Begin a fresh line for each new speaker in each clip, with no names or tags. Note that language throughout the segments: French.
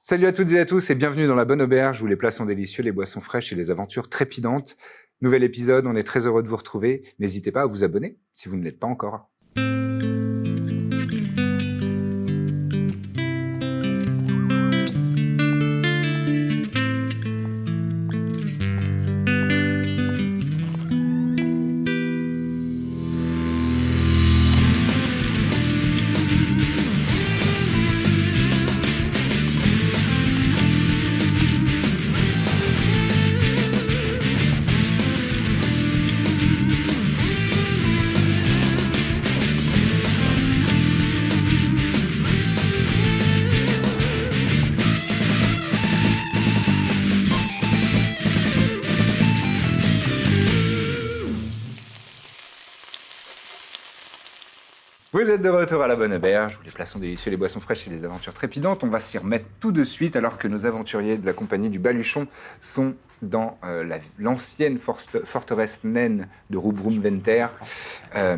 Salut à toutes et à tous et bienvenue dans la bonne auberge où les plats sont délicieux, les boissons fraîches et les aventures trépidantes. Nouvel épisode, on est très heureux de vous retrouver. N'hésitez pas à vous abonner si vous ne l'êtes pas encore. Vous êtes de retour à la bonne auberge où les plats sont délicieux, les boissons fraîches et les aventures trépidantes. On va s'y remettre tout de suite alors que nos aventuriers de la compagnie du Baluchon sont dans euh, la- l'ancienne forste- forteresse naine de Rubrum-Venter. Euh,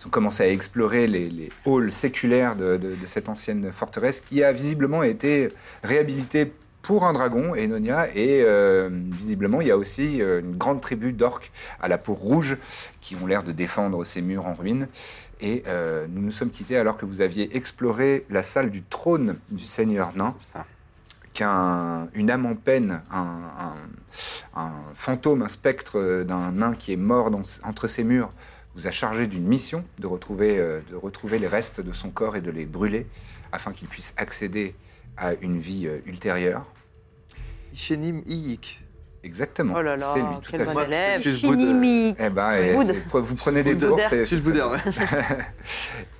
ils ont commencé à explorer les, les halls séculaires de, de- de cette ancienne forteresse qui a visiblement été réhabilitée pour un dragon, Enonia, et euh, visiblement il y a aussi euh, une grande tribu d'orques à la peau rouge qui ont l'air de défendre ces murs en ruine. Et euh, nous nous sommes quittés alors que vous aviez exploré la salle du trône du seigneur nain, qu'un une âme en peine, un, un- un fantôme, un spectre d'un nain qui est mort dans- entre ces murs, vous a chargé d'une mission de retrouver, euh, de retrouver les restes de son corps et de les brûler afin qu'il puisse accéder à une vie euh, ultérieure.
Ishenim Iyik.
Exactement.
Oh là là,
c'est lui, tout
quel
à
bon
fait.
élève.
Fiche
Chinimique.
Eh ben,
C'est
eh,
good.
c'est- vous prenez des
good.
tours. c'est-
Si je vous dis, ouais.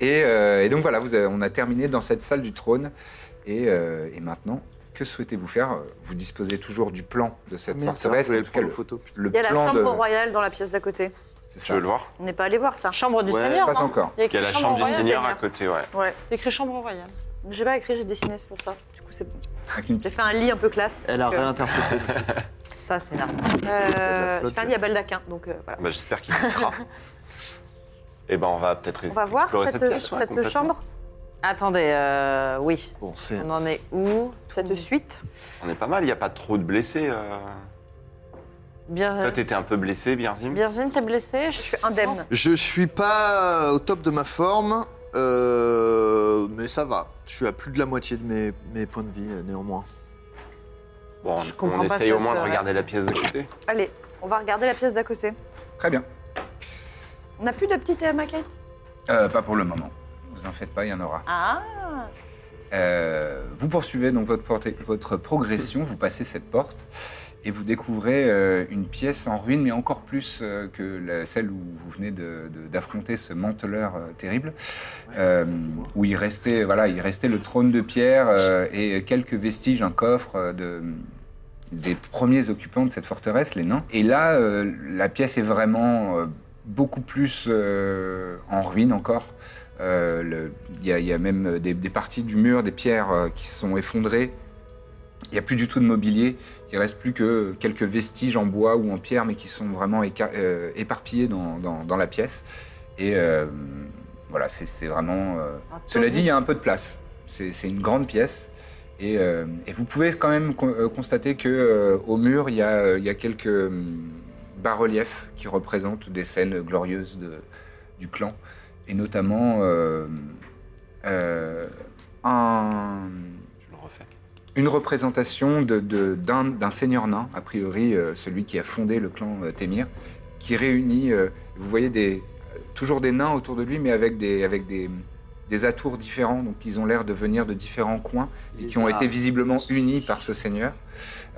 Et, euh, et donc voilà, vous avez- on a terminé dans cette salle du trône. Et, euh, et maintenant, que souhaitez-vous faire Vous disposez toujours du plan de cette
Merde, ça,
forteresse,
je voulais
en tout cas,
prendre
le,
une photo. putain.
le
Il y a la
plan
chambre
de.
royale dans la pièce d'à côté.
c'est
Tu
ça.
veux le voir
On n'est pas allé voir ça.
Chambre du
Ouais.
Seigneur. hein.
Pas
non
encore.
Il y a
Il y a
écrit
la chambre du
royale.
Seigneur à côté, ouais.
Ouais.
C'est écrit chambre royale.
J'ai pas écrit, j'ai dessiné, c'est pour ça. Du coup, c'est bon.
Avec une petite-
J'ai fait un lit un peu classe.
Elle a
Donc, euh,
réinterprété.
Ça, c'est énorme.
euh,
flotte,
J'ai fait un lit à baldaquin, donc euh, voilà.
Bah, J'espère qu'il y sera. Eh ben, on va peut-être
On va voir
explorer
cette,
pièce, ouais,
cette
complètement.
chambre,
Attendez, euh, oui.
Bon, c'est.
On en est où
cette suite.
On est pas mal, il n'y a pas trop de blessés. euh. Toi,
Bien.
t'étais un peu blessé, Birzim
Birzim, t'es blessé
Je suis indemne.
Je suis pas euh, au top de ma forme, euh, mais ça va. Je suis à plus de la moitié de mes, mes points de vie, euh, néanmoins.
Bon,
Je
on,
comprends pas
essaye au
cette,
moins de
euh,
regarder la pièce de côté.
Allez, on va regarder la pièce d'à côté.
Très bien.
On n'a plus de petite euh, maquette
Euh, pas pour le moment. Vous en faites pas, il y en aura.
Ah
Euh, vous poursuivez donc votre, portée- votre progression, vous passez cette porte et vous découvrez euh, une pièce en ruine, mais encore plus euh, que la- celle où vous venez de- de- d'affronter ce manteleur euh, terrible, euh, où il restait, voilà, il restait le trône de pierre euh, et quelques vestiges, un coffre euh, de, des premiers occupants de cette forteresse, les nains. Et là, euh, la pièce est vraiment euh, beaucoup plus euh, en ruine encore. Euh, le- Il y, a- il y a même euh, des, des parties du mur, des pierres euh, qui se sont effondrées. Il n'y a plus du tout de mobilier. Il reste plus que quelques vestiges en bois ou en pierre, mais qui sont vraiment éca- euh, éparpillés dans, dans- dans la pièce. Et euh, voilà, c'est c'est vraiment. euh,
Un
Cela
taudis.
dit, il y a un peu de place. C'est c'est une grande pièce. Et, euh, et vous pouvez quand même con- euh, constater que euh, au mur, il y, a, euh, il y a quelques hum, bas-reliefs qui représentent des scènes glorieuses de- du clan. Et notamment euh, euh, un,
Je le refais.
une représentation de- de- d'un d'un seigneur nain, a priori euh, celui qui a fondé le clan euh, Témir, qui réunit, euh, vous voyez, des, euh, toujours des nains autour de lui, mais avec des, avec des, des atours différents, donc ils ont l'air de venir de différents coins et
Les
qui ont été
arbres.
visiblement unis par ce seigneur.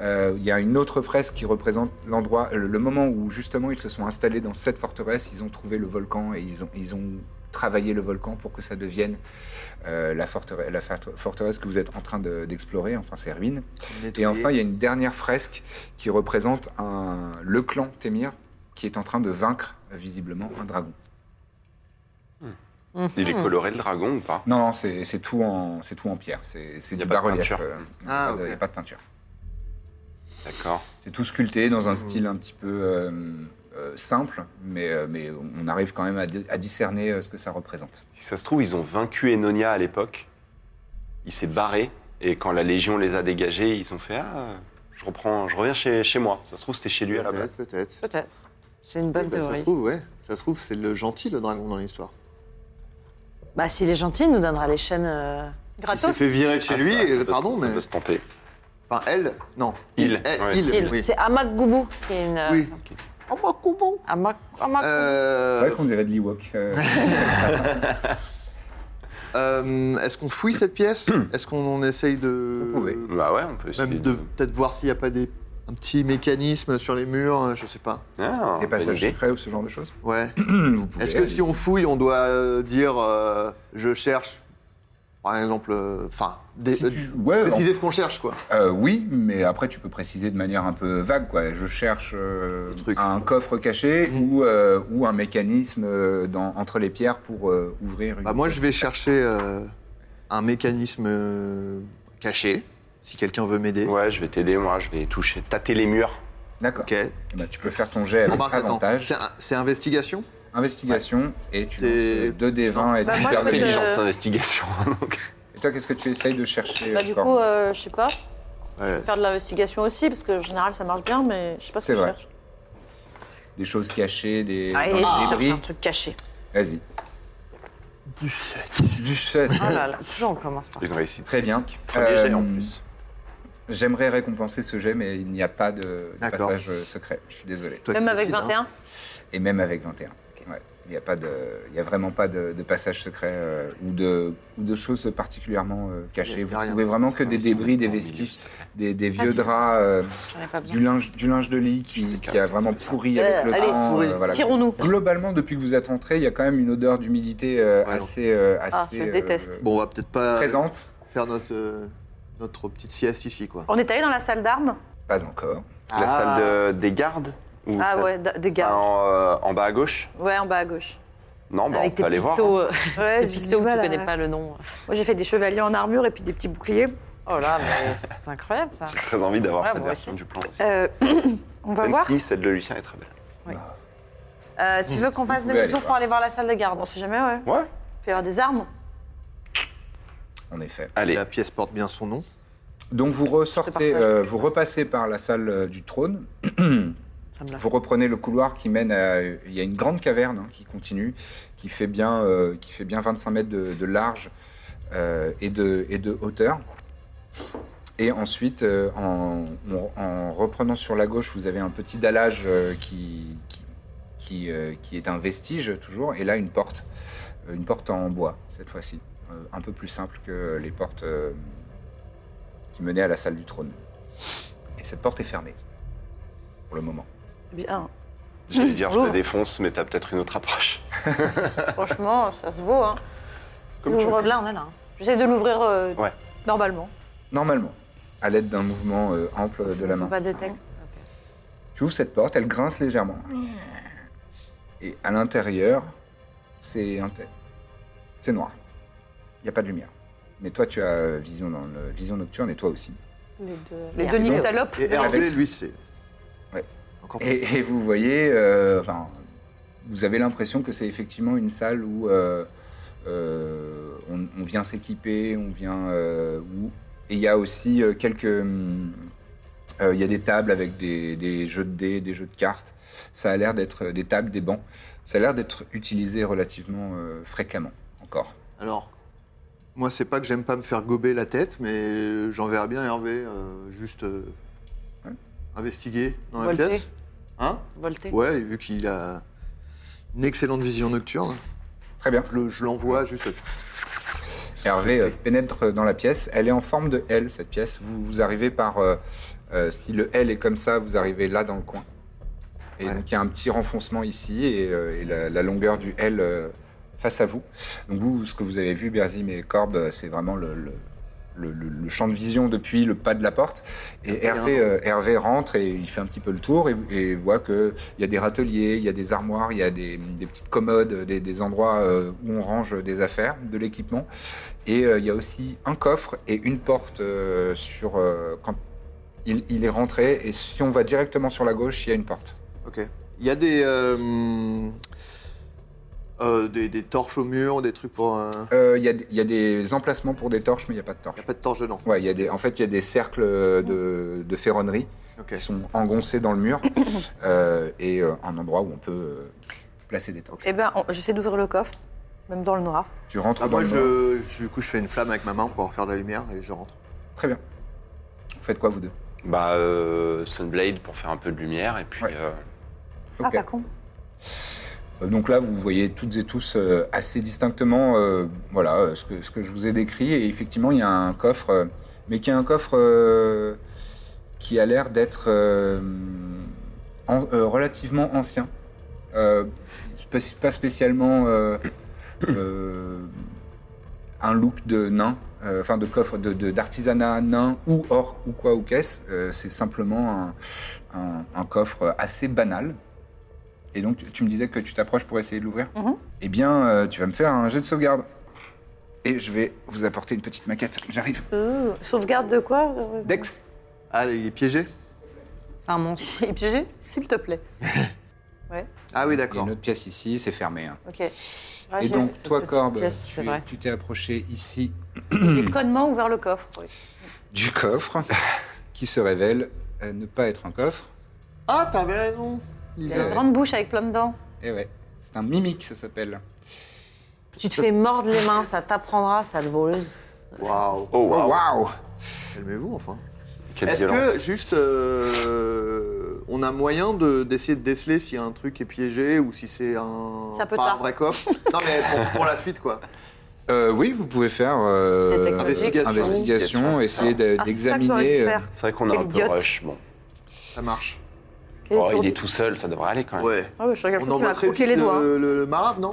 Euh, Il y a une autre fresque qui représente l'endroit, le, le moment où justement ils se sont installés dans cette forteresse, ils ont trouvé le volcan et ils ont, ils ont travaillé le volcan pour que ça devienne euh, la, forteresse, la fort- forteresse que vous êtes en train de- d'explorer, enfin ses ruines. Et
Nettoyer.
enfin, il y a une dernière fresque qui représente un, le clan Témir qui est en train de vaincre euh, visiblement un dragon.
Il est coloré le dragon ou pas
Non, non, c'est c'est tout en c'est tout en pierre. C'est c'est
Il
du
y a pas de
bas-relief.
peinture.
euh, Il n'y a,
Ah,
pas de-
ok.
il y a pas de peinture.
D'accord.
C'est tout sculpté dans
Mmh.
un style un petit peu euh, euh, simple, mais euh, mais on arrive quand même à, di- à discerner euh, ce que ça représente.
Si ça se trouve, ils ont vaincu Enonia à l'époque. Il s'est barré. Et quand la Légion les a dégagés, ils ont fait Ah, je reprends, je reviens chez, chez moi. Ça se trouve, c'était chez lui à la base.
Peut-être, peut-être.
Peut-être. C'est une bonne
Bah, ça se
théorie.
trouve, ouais. Ça se trouve, c'est le gentil, le dragon dans l'histoire.
Bah, s'il est gentil, il nous donnera les chaînes. euh,
Il s'est fait virer de chez
Ah,
lui,
ça- ça
et-
peut se-
pardon,
ça
mais.
peut se tenter.
Enfin, elle Non.
Il,
Elle-
ouais.
il,
îles.
oui.
C'est Amak Goubou qui est une. euh, Ah,
Oui.
Amak Goubou Amak. Amak-
Euh,
C'est vrai qu'on dirait de l'Ewok. euh,
euh, Est-ce qu'on fouille cette pièce Est-ce qu'on essaye de.
Vous pouvez.
Bah ouais, on peut essayer.
Même de peut-être voir s'il n'y a pas des, un petit mécanisme sur les murs, euh, je sais pas.
Ah,
des
bonne
passages
idée.
secrets ou ce genre de choses.
Ouais.
Vous pouvez
Est-ce que
aller-
si on fouille, on doit euh, dire euh, je cherche, par exemple, euh, enfin, dé-
Si
euh,
tu- ouais,
préciser ce qu'on cherche, quoi.
Euh, oui, mais après tu peux préciser de manière un peu vague quoi. Je cherche euh,
Le truc. Mmh.
un coffre caché ou, euh, ou un mécanisme euh, dans- entre les pierres pour euh, ouvrir. Une
Bah, moi, je vais chercher euh, un mécanisme euh, caché, si quelqu'un veut m'aider.
Ouais, je vais t'aider, moi, je vais toucher, tâter les murs.
D'accord.
Ok.
Eh ben, tu peux faire ton jet avec
Remarque, attends,
avantage,
c'est un- C'est investigation
investigation et tu
T'es-
lances euh, 2 d 20 et
Bah,
tu
moi,
perds
je me
tes-
dis-
Intelligence d'investigation. donc.
Et toi, qu'est-ce que tu essayes de chercher
Bah, du
encore
coup, euh, je sais pas,
Ouais.
faire de l'investigation aussi, parce que en général ça marche bien, mais je sais pas ce
C'est
que je
vrai.
cherche.
Des choses cachées, des,
Ah,
dans
et
des
je
débris.
cherche un truc caché.
Vas-y.
Du 7.
Du sept.
Oh là là, toujours on commence par.
Une réussite.
Très bien.
Premier
Euh,
jet en plus.
J'aimerais récompenser ce jet, mais il n'y a pas de, de
D'accord.
passage euh, secret. Je suis désolé.
Même avec
hein.
21.
Et même avec 21. Ouais. Il n'y a, pas de- il y a vraiment pas de, de passage secret euh, ou, de, ou de choses particulièrement euh,
Il y
cachées.
a
Vous
rien.
trouvez vraiment que des débris, des vestiges, des, des vieux draps, euh,
J'en ai pas
du,
besoin.
linge, du linge de lit qui, qui a vraiment pourri avec le
allez,
temps.
Euh, pourri.
voilà.
Tirons-nous.
Globalement, depuis que vous êtes entré, il y a quand même une odeur d'humidité euh,
Ouais.
assez, euh,
Ah,
assez,
je
euh,
déteste.
Bon, on va peut-être pas
présente.
faire notre, euh, notre petite sieste ici, quoi.
On est allé dans la salle d'armes
Pas encore.
La salle de- des gardes ou
Ah
celle-
ouais, d- des
Ah,
gars.
en, euh, en bas à gauche
Ouais, en bas à gauche.
Non, bah, on
Avec
peut
tes
aller voir.
pictos,
hein.
euh,
Ouais,
tes pictos où tu connais pas le nom.
Moi, j'ai fait des chevaliers en armure et puis des petits boucliers.
Oh là, mais c'est incroyable ça.
J'ai très envie d'avoir
Ouais,
cette
moi
version
aussi.
du plan. aussi.
Euh, on va
Même
voir.
si celle de Lucien est très belle.
Euh, tu veux qu'on fasse
Vous pouvez aller
demi-tour pour
voir.
aller voir la salle de garde
On sait jamais, ouais.
Ouais,
Il peut y avoir des armes.
En effet.
allez.
La pièce porte bien son nom.
Donc vous ressortez,
parfait.
euh, vous repassez par la salle euh, du trône.
Ça me l'a
Vous reprenez le couloir qui mène à. Il y a une grande caverne hein, qui continue, qui fait bien, euh, qui fait bien 25 mètres de, de large euh, et, de, et de hauteur. Et ensuite, euh, en, en- en reprenant sur la gauche, vous avez un petit dallage euh, qui, qui, qui, euh, qui est un vestige toujours, et là une porte. Euh, Une porte en bois, cette fois-ci. Euh, un peu plus simple que les portes euh, qui menaient à la salle du trône. Et cette porte est fermée, pour le moment.
Eh Bien.
J'allais dire, je la défonce, mais t'as peut-être une autre approche.
Oh,
Franchement, ça se vaut. Hein.
Comme tu veux.
Là, on est là. hein.
J'essaie de l'ouvrir euh,
Ouais.
normalement.
Normalement, à l'aide d'un mouvement euh, ample de la
Faut
main.
pas détecter.
Tu ouvres cette porte, elle grince légèrement. Et à l'intérieur, c'est inte- c'est noir. Il n'y a pas de lumière. Mais toi, tu as euh, vision, dans le- vision nocturne, et toi aussi.
Les deux,
Les
les
deux
deux
donc-
nyctalopes.
Et Hervé,
Avec-
lui, c'est.
Ouais.
Encore plus.
Et, et vous voyez, euh, enfin, vous avez l'impression que c'est effectivement une salle où euh, euh, on, on vient s'équiper, on vient euh, où- et il y a aussi euh, quelques, hum, euh, il y a des tables avec des, des jeux de dés, des jeux de cartes. Ça a l'air d'être euh, des tables, des bancs. Ça a l'air d'être utilisé relativement euh, fréquemment encore.
Alors, moi, c'est pas que j'aime pas me faire gober la tête, mais j'enverrai bien Hervé euh, juste euh,
Ouais.
investiguer dans la
Volter.
pièce. Hein
Volté.
Ouais, et vu qu'il a une excellente vision nocturne,
Très bien.
je le- je l'envoie juste.
Hervé euh, pénètre dans la pièce. Elle est en forme de L, cette pièce. Vous, vous arrivez par. euh, euh, si le L est comme ça, vous arrivez là dans le coin. Et
Ouais.
donc il y a un petit renfoncement ici et, euh, et la, la longueur du L euh, face à vous. Donc vous, ce que vous avez vu, Berzim et Corbe, euh, c'est vraiment le, le- le- le- le champ de vision depuis le pas de la porte. Et
Ah,
Hervé, euh, Hervé rentre et il fait un petit peu le tour et, et voit qu'il y a des râteliers, il y a des armoires, il y a des, des petites commodes, des, des endroits euh, où on range des affaires, de l'équipement. Et euh, il y a aussi un coffre et une porte euh, sur... euh, quand il, il est rentré et si on va directement sur la gauche, il y a une porte.
Ok. Il y a des, euh, euh, des, des torches au mur, des trucs pour. euh,
Euh, Il y, a- il y a des emplacements pour des torches, mais il n'y a pas de torches.
Il n'y a pas de torches dedans.
Ouais, il y a des, en fait, il y a des cercles de, de ferronnerie
Ok.
qui sont engoncés dans le mur euh, et euh, un endroit où on peut euh, placer des torches.
Eh ben, on- j'essaie d'ouvrir le coffre, même dans le noir.
Tu rentres
Ah,
dans
moi,
le mur.
je, je- du coup, je fais une flamme avec ma main pour faire de la lumière et je rentre.
Très bien. Vous faites quoi, vous deux
Bah, euh, Sunblade pour faire un peu de lumière et puis.
Ouais.
euh,
Ah,
Ok.
pas con.
Euh, Donc là, vous voyez toutes et tous euh, assez distinctement euh, voilà, euh, ce, que, ce que je vous ai décrit. Et effectivement, il y a un coffre, euh, mais qui est un coffre euh, qui a l'air d'être euh, en- euh, relativement ancien. Euh, pas, pas spécialement euh, euh, un look de nain, euh, enfin de coffre de- de- d'artisanat nain ou orc ou quoi ou caisse. C'est simplement un- un- un coffre assez banal. Et donc, tu- tu me disais que tu t'approches pour essayer de l'ouvrir
Mhm.
Eh bien, euh, tu vas me faire un jet de sauvegarde. Et je vais vous apporter une petite maquette. J'arrive.
Euh, sauvegarde de quoi euh,
Dex
Ah, il est piégé
C'est un monstre.
Et puis, GG, s'il te plaît.
Ah
Il
oui,
y a
d'accord.
une autre pièce ici, c'est fermé. hein.
Ok. Ouais,
Et
j'ai-
donc,
cette
toi,
petite
Corbe,
pièce,
tu
c'est
es-
vrai.
tu t'es approché ici
J'ai connement ouvert le coffre. oui.
du coffre, qui se révèle euh, ne pas être un coffre.
Ah, t'as raison,
Il
Lisa.
y a une grande bouche avec plein de dents.
Et eh ouais, c'est un mimique, ça s'appelle.
Tu te fais mordre les mains, ça t'apprendra, sale voleuse.
Waouh.
Oh,
Oh,
waouh!
waouh
Calmez-vous, enfin.
Quelle
Est-ce
violence!
que, juste, euh, on a moyen de- d'essayer de, déceler si un truc est piégé ou si c'est un,
Ça peut
pas un
tard.
vrai coffre Non, mais pour, pour la suite, quoi.
Euh, Oui, vous pouvez faire euh,
Détecte
magique.
investigation, essayer de-
Ah, c'est ça que j'aurais
d'examiner.
dû
euh,
faire.
C'est vrai qu'on a
Quel
un peu
idiote.
rush. Bon.
Ça marche.
Quel
Oh,
tour
il est
de-
tout seul, ça devrait aller quand même.
Ouais.
Ah ouais, je regarde
On
ça, tu vas
envoie très
croquer
vite
les doigts. hein.
le, le- le marabe, non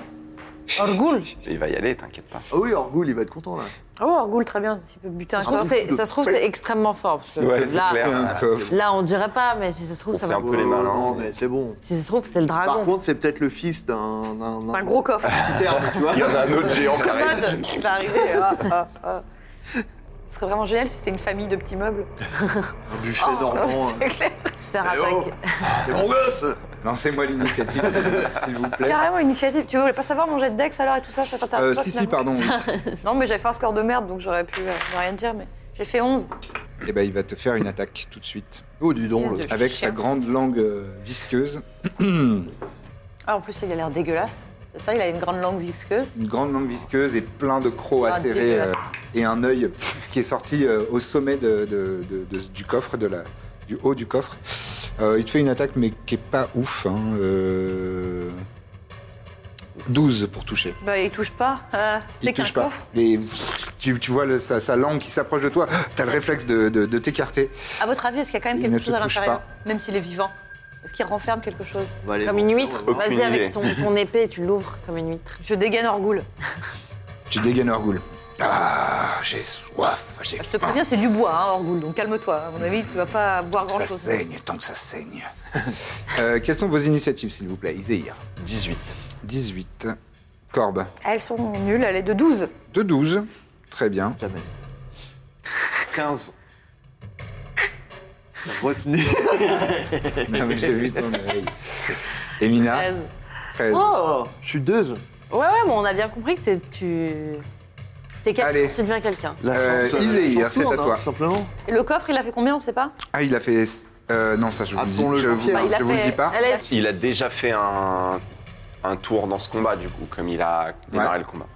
Orgoul
Il va y aller, t'inquiète pas.
Ah oui, Orgoul, il va être content, là.
Oh, Orgoul, très bien. Tu peux buter un
ça se trouve,
coffre.
c'est- ça se trouve, c'est extrêmement fort. parce que là,
Un coffre.
là, on dirait pas, mais si ça se trouve,
On
ça
fait
va
un peu les malins.
Oh, non, mais c'est bon.
Si ça se trouve, c'est le dragon.
Par contre, c'est peut-être le fils d'un... d'un-
Ah Un gros coffre.
petit terme, tu vois.
Il y en a un autre géant qui arrive.
Commode qui va arriver. Ah, ah, ah. Ce serait vraiment génial si c'était une famille de petits meubles.
Un buffet normand.
Oh, C'est clair.
se faire
Eh oh
attaquer.
T'es mon gosse
Lancez-moi l'initiative, s'il vous plaît.
Carrément initiative. Tu voulais pas savoir mon jet de Dex alors et tout ça, ça t'intéresse
Euh,
pas
si, si,
finalement
pardon. oui.
Non, mais j'avais fait un score de merde donc j'aurais pu euh, ne rien dire, mais j'ai fait 11.
Eh ben, il va te faire une attaque tout de suite.
Oh, dis donc.
Fils de
Avec
chien.
sa grande langue euh, visqueuse. une
Ah, en plus, il a l'air dégueulasse. C'est ça, il a une grande langue visqueuse.
grande langue visqueuse et plein de crocs
Ah,
acérés.
dégueulasse.
euh, et un œil pff, qui est sorti euh, au sommet de- de- de- de- du coffre, de la, du haut du coffre. Euh, il te fait une attaque, mais qui est pas ouf. hein, euh, 12 pour toucher.
Bah, il touche pas. Euh,
Il
dès qu'un
touche pas.
coffre.
Et pff, tu, tu vois le- sa, sa langue qui s'approche de toi. T'as le réflexe de, de- de t'écarter.
À votre avis, est-ce qu'il y a quand même
Il
quelque
ne
chose
te
à
touche
l'intérieur Même s'il est vivant. Est-ce qu'il renferme quelque chose
On va aller
Comme
voir.
une huître.
Aucune
Vas-y
idée.
avec ton, ton épée, tu l'ouvres comme une huître.
Je dégaine Orgoul.
Tu dégaines Orgul. Ah, j'ai soif, j'ai
Je te
faim.
préviens, c'est du bois, hein, Orgoul, donc calme-toi. À mon avis, tu vas pas boire
Ça
grand-chose.
saigne, tant que ça saigne. Euh, quelles sont vos initiatives, s'il vous plaît, Iséir
18.
18. Corbe.
Elles sont nulles, elle est de 12.
De 12. Très bien.
Jamais. 15. Retenu.
Non, mais Ah j'ai vu ton oreille. Emina
13.
13.
Oh Je suis deux.
Ouais, ouais, bon, on a bien compris que t'es- tu. T'es
Allez.
quelqu'un, tu deviens quelqu'un.
La
Euh,
chance, euh,
Iséir,
la chance
c'est à
tourne,
toi.
tout simplement.
Et le coffre, il a fait combien, on sait pas
Ah, il a fait. euh, non, ça, je vous, le dis,
Appelons-le
je vous,
Jean-Pierre.
Bah, il a
je vous le
fait-
dis pas.
Elle est-
Il a déjà fait un, un tour dans ce combat, du coup, comme il a démarré
Ouais.
le combat.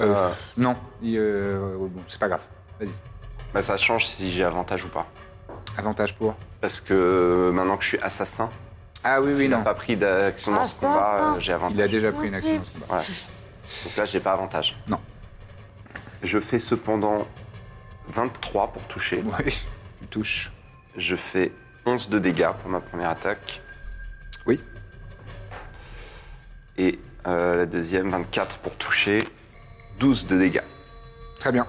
Euh, pff, Non, Il, euh, bon, c'est pas grave. Vas-y.
Bah, ça change si j'ai avantage ou pas.
Avantage pour.
Parce que euh, maintenant que je suis assassin,
Ah oui, oui,
il n'a
non.
pas pris d'action dans ce combat,
Assassin.
euh, j'ai avantage.
Il a déjà pris une action.
Sensible.
dans ce combat.
Voilà, c'est ça. Donc là, j'ai pas avantage. Je fais cependant 23 pour toucher.
Oui, tu touches.
Je fais 11 de dégâts pour ma première attaque.
Oui.
Et euh, la deuxième, 24 pour toucher. 12 de dégâts.
Très bien.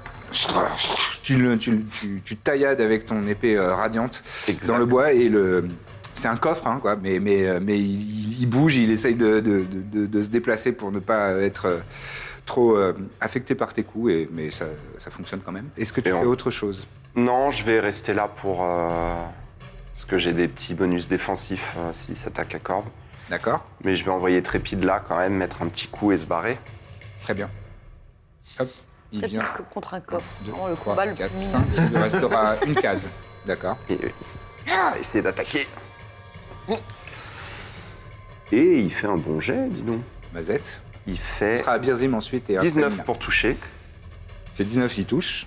Tu, le- tu- tu- tu taillades avec ton épée euh, radiante dans le bois et le. C'est un coffre, hein, quoi, mais, mais, euh, mais il, il bouge, il essaye de, de- de- de- de se déplacer pour ne pas être euh, trop euh, affecté par tes coups, et, mais ça, ça fonctionne quand même. Est-ce que tu
Et
fais
on-
autre chose
Non, je vais rester là pour... euh, parce que j'ai des petits bonus défensifs euh, s'ils s'attaquent à corde.
D'accord
Mais je vais envoyer Trépide là quand même, mettre un petit coup et se barrer.
Très bien. Hop, il vient.
Peut-être que Contre un coffre.
2,
Vraiment, le
3,
combat le plus
4,
mignon.
5, il lui restera une case. D'accord.
Et euh, ah, essayer d'attaquer. Et il fait un bon jet, dis donc.
Mazette.
Il
Ce
fait
sera à Birzim ensuite et à
19
Selina.
pour toucher.
Il fait 19, il touche.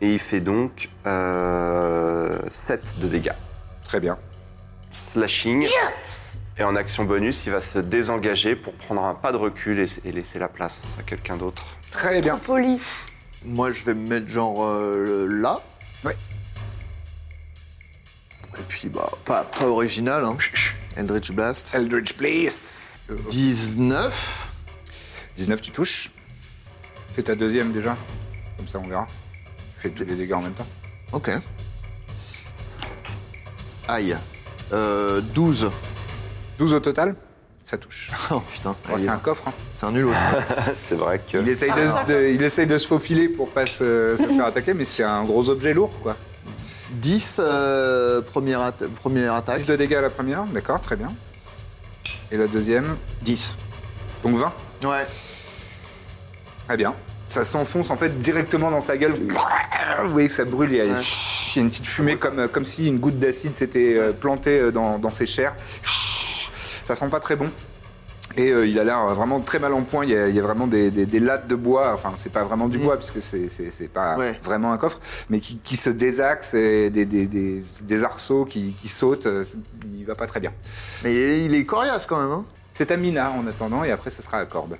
Et il fait donc euh, 7 de dégâts.
Très bien.
Slashing. Et en action bonus, il va se désengager pour prendre un pas de recul et, et laisser la place à quelqu'un d'autre.
Très bien.
Poli.
Moi, je vais me mettre genre euh, là.
Ouais.
Et puis, bah, pas, pas original, hein. Eldritch Blast.
Eldritch Blast.
19.
19, tu touches. Fais ta deuxième déjà. Comme ça, on verra. Fais tous les dégâts en même temps.
Ok. Aïe. Euh, 12.
12 au total. Ça touche.
Oh putain,
Oh,
aïe.
c'est un coffre. hein.
c'est un nul aussi.
C'est vrai que.
Il, essaye de, se- de- il essaye de se faufiler pour pas se, se faire attaquer, mais c'est un gros objet lourd, quoi.
10, euh, première, atta- première
10
attaque.
de dégâts à la première, d'accord, très bien. Et la deuxième,
10.
donc 20.
Ouais.
Très bien. Ça s'enfonce en fait directement dans sa gueule. Vous voyez que ça brûle, il y a, il y a une petite fumée comme, comme si une goutte d'acide s'était euh, plantée euh, dans, dans ses chairs. Ça sent pas très bon. Et euh, il a l'air vraiment très mal en point. Il y a, il y a vraiment des, des- des lattes de bois. Enfin, c'est pas vraiment du bois puisque c'est- c'est c'est pas
Ouais.
vraiment un coffre, mais qui, qui se désaxe, et des, des, des- des arceaux qui, qui sautent. euh, Il va pas très bien.
Mais il est coriace quand même. Hein.
C'est à Mina en attendant, et après ce sera à Corbe.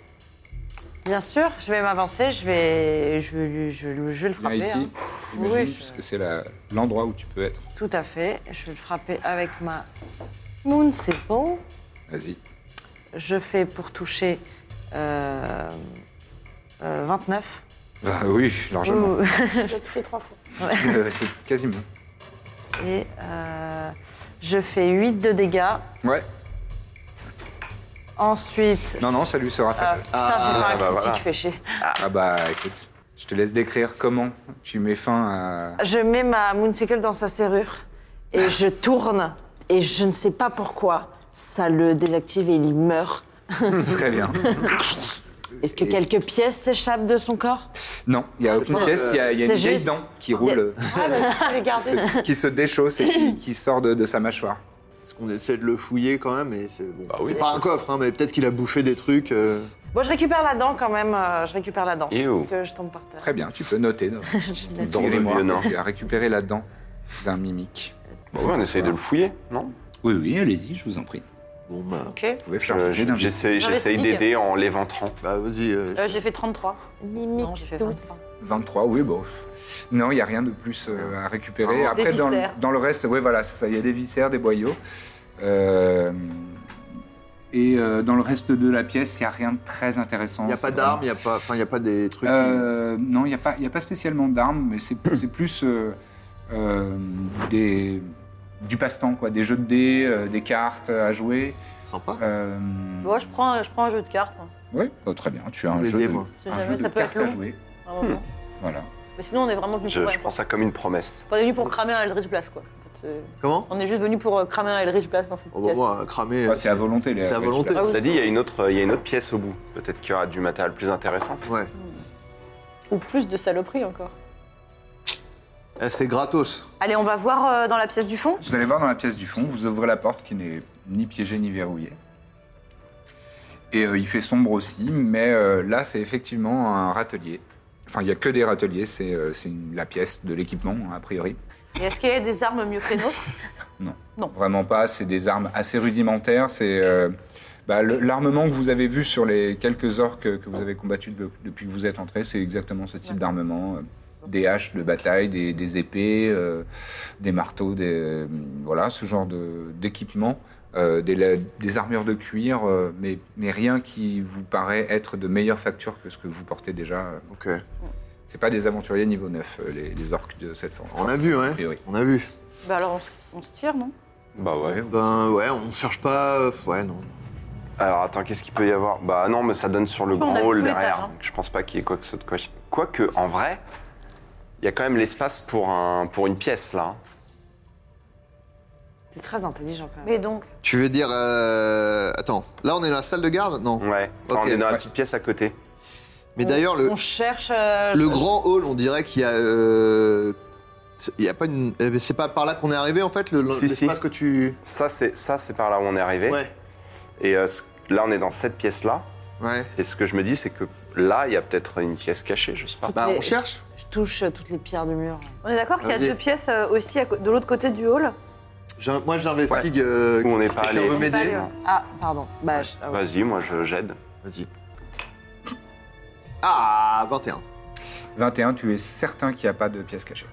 Bien sûr, je vais m'avancer, je vais, je, vais- je, je- je vais
Viens
le frapper.
ici,
hein.
j'imagine,
Oui, je-
puisque c'est la- l'endroit où tu peux être.
Tout à fait. Je vais le frapper avec ma Moon, c'est bon.
Vas-y.
Je fais pour toucher euh, euh, 29.
Bah oui, largement.
Ouh.
J'ai touché trois fois.
Oh.
Euh, c'est quasiment.
Et euh, je fais 8 de dégâts.
Ouais.
Ensuite.
Non, non, ça lui sera fatal.
Putain, j'ai fait un
bah
critique
voilà.
fait chier.
Ah. bah écoute, je te laisse décrire comment tu mets fin à.
Je mets ma moonsicle dans sa serrure et je tourne. Et je ne sais pas pourquoi, ça le désactive et il meurt.
Très bien.
Est-ce que quelques pièces s'échappent de son corps
Non, il n'y a aucune
pas,
pièce, il y a, il y a une
euh, c'est
vieille
juste-
dent qui roule,
Ah,
euh, qui se déchausse et qui, qui sort de, de sa mâchoire.
Parce qu'on essaie de le fouiller quand même, mais c'est bon.
Bah
oui.
C'est pas un coffre, hein, mais peut-être qu'il a bouffé des trucs. euh.
Bon, je récupère la dent quand même. euh, je récupère la dent.
Ew.
Que je tombe par terre.
Très bien, tu peux noter. non
Dans le
Grimoire,
vieux nain.
Tu as récupéré la dent d'un mimique.
Bah ouais, on essaye de le fouiller, non
Oui, oui, allez-y, je vous en prie.
Bon bah,
Vous pouvez faire un
Je-
jet
je-
d'investi-
J'essaye j'essaye d'aider en l'éventrant.
bah vas-y. euh, je-
Euh, j'ai fait 33.
Mimique
Non, j'ai fait
douce.
23.
23, oui, bon. Non, il n'y a rien de plus euh, à récupérer.
Ah,
Après,
des
dans,
viscères.
dans le reste, oui, voilà, c'est ça. Il y a des viscères, des boyaux. Euh, et euh, dans le reste de la pièce, il n'y a rien de très intéressant.
Il n'y a pas
C'est
d'armes, il n'y a pas, enfin, il y a pas des trucs.
euh, non, il n'y a, pas- il y a pas spécialement d'armes, mais c'est c'est plus euh, euh, des, du passe-temps, quoi. Des jeux de dés, euh, des cartes à jouer.
Sympas.
Euh,
Bon, je prends, je prends un jeu de cartes. hein, moi.
Oui, oh, très bien. Tu as un
Les
jeu
dés,
de,
moi. Euh,
C'est
un
jamais-
jeu de
ça peut être
cartes à
long.
jouer.
à un moment.
Voilà.
Mais sinon, on est vraiment venus
Je,
pour.
je prends ça comme une promesse.
On est venus pour cramer un Eldritch Blast, quoi. En fait, c'est-
Comment
On est juste venus pour euh, cramer un Eldritch Blast dans cette
On va
pièce.
voir, cramer.
Ah,
euh,
c'est à volonté. les-
c'est à
ouais,
volonté.
Ah
super.
Cela dit, il y, a une autre- il y a une autre pièce au bout. Peut-être qu'il y aura du matériel plus intéressant.
Ah Ouais.
Ou plus de saloperies encore.
Eh, c'est gratos.
Allez, on va voir euh, dans la pièce du fond.
Vous allez voir dans la pièce du fond, vous ouvrez la porte qui n'est ni piégée ni verrouillée. Et euh, il fait sombre aussi, mais euh, là c'est effectivement un râtelier. Enfin, il n'y a que des râteliers, c'est euh, c'est une- la pièce de l'équipement, hein, a priori.
Et est-ce qu'il y a des armes mieux que les nôtres
Vraiment pas, c'est des armes assez rudimentaires, c'est euh, Bah, le- L'armement que vous avez vu sur les quelques orques que vous avez combattus de- depuis que vous êtes entrés, c'est exactement ce type d'armement. euh, Des haches de bataille, des, des épées, euh, des marteaux, des, euh, voilà, ce genre de- d'équipement. euh, des, la- des armures de cuir, euh, mais, mais rien qui vous paraît être de meilleure facture que ce que vous portez déjà. euh,
Ok.
c'est pas des aventuriers niveau 9, euh, les, les orques de cette forme.
On a vu, hein.
A
ouais.
priori.
On a vu.
Bah alors on se, on se tire, non
Bah ouais.
Ben ouais, on cherche pas. euh, Ouais, non.
Alors attends, qu'est-ce qu'il peut y avoir Bah non, mais ça donne sur le
Je pense qu'on
grand
a
hall
tous les
derrière.
étages, hein.
donc Je pense pas qu'il y ait quoi que ce soit de quoi. Quoique, en vrai, il y a quand même l'espace pour, un, pour une pièce là.
T'es très intelligent quand même.
Mais donc,
Tu veux dire. euh, Attends, là on est dans la salle de garde Non.
hein. Ouais. Enfin,
Ok,
on est dans
ouais.
la petite pièce à côté.
Mais d'ailleurs, le,
On cherche. euh,
le grand hall, on dirait qu'il y a. euh, c'est- Il y a pas une. euh, C'est pas par là qu'on est arrivé en fait, le-
Si,
l'espace
si.
que tu.
Ça, c'est ça, c'est par là où on est arrivé.
Ouais.
Et euh, ce- là, on est dans cette pièce là.
Ouais.
Et ce que je me dis, c'est que là, il y a peut-être une pièce cachée, je sais pas.
Bah
Mais-
on cherche.
Je touche euh, toutes les pierres du mur.
on est d'accord qu'il y a
Vas-y.
deux pièces euh, aussi à co- de l'autre côté du hall
J'in- Moi j'investigue.
Où
euh,
on n'est pas
quelqu'un
allé.
veut m'aider
Pas
Ah, pardon. Bah, je- ah ouais.
Vas-y, moi, je j'aide.
Vas-y. Ah, 21.
21, tu es certain qu'il n'y a pas de pièces cachées.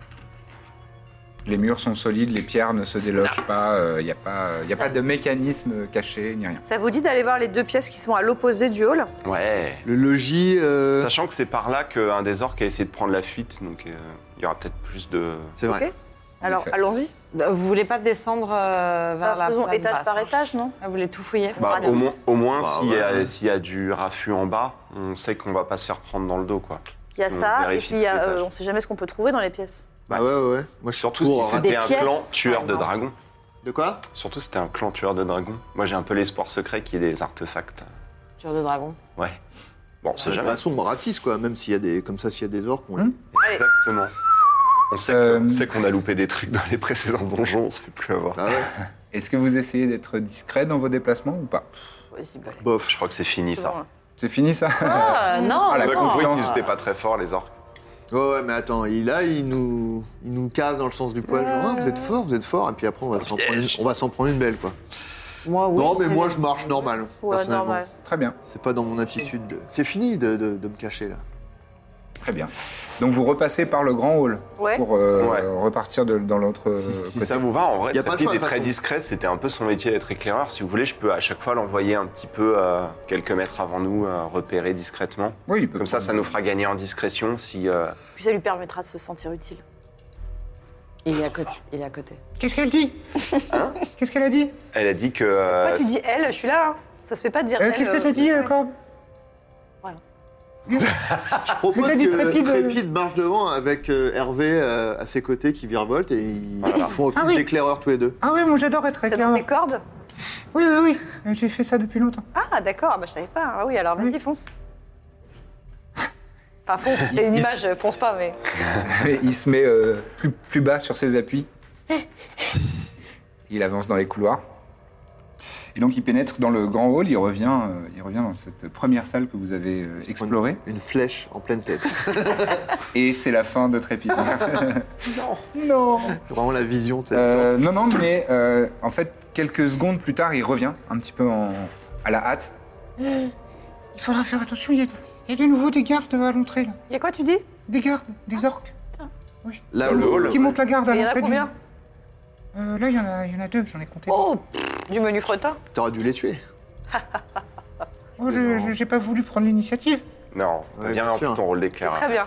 Les murs sont solides, les pierres ne se délogent pas, il n'y a, pas, euh, y a pas de mécanisme caché, ni rien.
Ça vous dit d'aller voir les deux pièces qui sont à l'opposé du hall
Ouais.
Le logis. euh,
Sachant que c'est par là qu'un des orques a essayé de prendre la fuite, donc euh, il y aura peut-être plus de.
C'est vrai.
Ok. Alors
effet.
allons-y.
Euh, Vous voulez pas descendre euh, vers
Bah,
la
faisons
place
étage
basse,
par
hein.
étage, non
Ah, Vous voulez tout fouiller
Bah,
Radars.
au, moins- au moins,
Bah,
s'il y a-
ouais.
s'il y, a du raffut en bas, on sait qu'on va pas se faire prendre dans le dos, quoi.
Il y a
On
ça, et
Hmm, vérifie
puis il y a,
tout l'étage.
euh, on sait jamais ce qu'on peut trouver dans les pièces.
Bah ouais, ouais, ouais. Moi je suis
Surtout
pour.
si
hein.
des
c'était un
pièces,
clan
par
tueur de
exemple.
dragons.
De quoi
Surtout si c'était un clan tueur de dragons. Moi, j'ai un peu l'espoir secret qu'il y ait des artefacts.
Tueur de dragon.
Ouais. Bon, on
De
sait
toute
jamais. Hein
façon, on ratisse quoi, même s'il y a des. Comme ça, s'il y a des orques, on
Hum.
Exactement. On sait que-
Euh,
on sait qu'on a loupé des trucs dans les précédents donjons, on se fait plus avoir.
Bah ouais.
Est-ce que vous essayez d'être discret dans vos déplacements ou pas
Vas-y, bah,
Bof.
Je crois que c'est fini, ça.
C'est fini ça
Ah, non,
Ah, la
On a
non.
compris
Non.
qu'ils étaient pas très forts, les orques.
Ouais, ouais, mais attends, il, là, il nous, il nous casse dans le sens du poil. Genre, Ah, vous êtes fort, vous êtes fort. Et puis après, on va s'en prendre, une- on va s'en prendre une belle, quoi.
Moi, oui.
non, mais moi, je marche normal,
ouais,
personnellement.
normal.
Très bien,
C'est pas dans mon attitude. de- C'est fini de, de- de me cacher, là.
très bien. Donc vous repassez par le grand hall
Ouais.
pour euh,
Ouais.
repartir de- dans l'autre euh,
Si, si
côté.
ça vous va, en vrai,
Y a pas le
Tati
choix, de
était
toute
très
façon.
discret, c'était un peu son métier d'être éclaireur. Si vous voulez, je peux à chaque fois l'envoyer un petit peu euh, quelques mètres avant nous, euh, repérer discrètement.
Oui, il peut
Comme ça, ça nous fera gagner en discrétion si... euh,
Puis ça lui permettra de se sentir utile.
Il est à côté. Il est à côté.
Qu'est-ce qu'elle dit Qu'est-ce qu'elle a dit
Elle a dit que... euh,
Pourquoi tu dis elle Je suis là, hein. ça se fait pas de dire
Euh,
elle.
Qu'est-ce que
euh,
t'as dit, euh, Corbe
Je propose
t'as dit
que
Trépide,
Trépide,
euh,
marche devant avec euh, Hervé euh, à ses côtés qui virevolte et ils ils font office
Ah oui.
d'éclaireurs tous les deux.
Ah oui, moi j'adore être
Ça donne
éclaireur.
des cordes
Oui, oui, oui, j'ai fait ça depuis longtemps.
Ah d'accord, bah, je savais pas. Ah oui, alors vas-y, fonce. Enfin, fonce, il y a une
Il-
image, euh, fonce pas, mais.
Et il se met euh, plus, plus bas sur ses appuis. Il avance dans les couloirs. Et donc il pénètre dans le grand hall, il revient, euh, il revient dans cette première salle que vous avez euh, explorée.
Une flèche en pleine tête.
Et c'est la fin de Trépide. non Non
Vraiment la vision, tu sais.
Euh, Non, non, mais euh, en fait, quelques secondes plus tard, il revient un petit peu en- à la hâte. il faudra faire attention, il y, a, de nouveau des gardes à l'entrée, là.
Il y a quoi, tu dis
Des gardes, des orques.
Là,
le
où-
hall.
Qui montent la garde à
Il y en a
l'entrée Euh,
combien
là, il y, en a, deux, j'en ai compté.
Oh, pff, du menu fretin.
T'aurais dû les tuer.
Oh, je- je- j'ai pas voulu prendre l'initiative.
euh, Non,
Ouais,
bien
bien
rempli
sûr.
ton rôle d'éclaireur.
Très bien.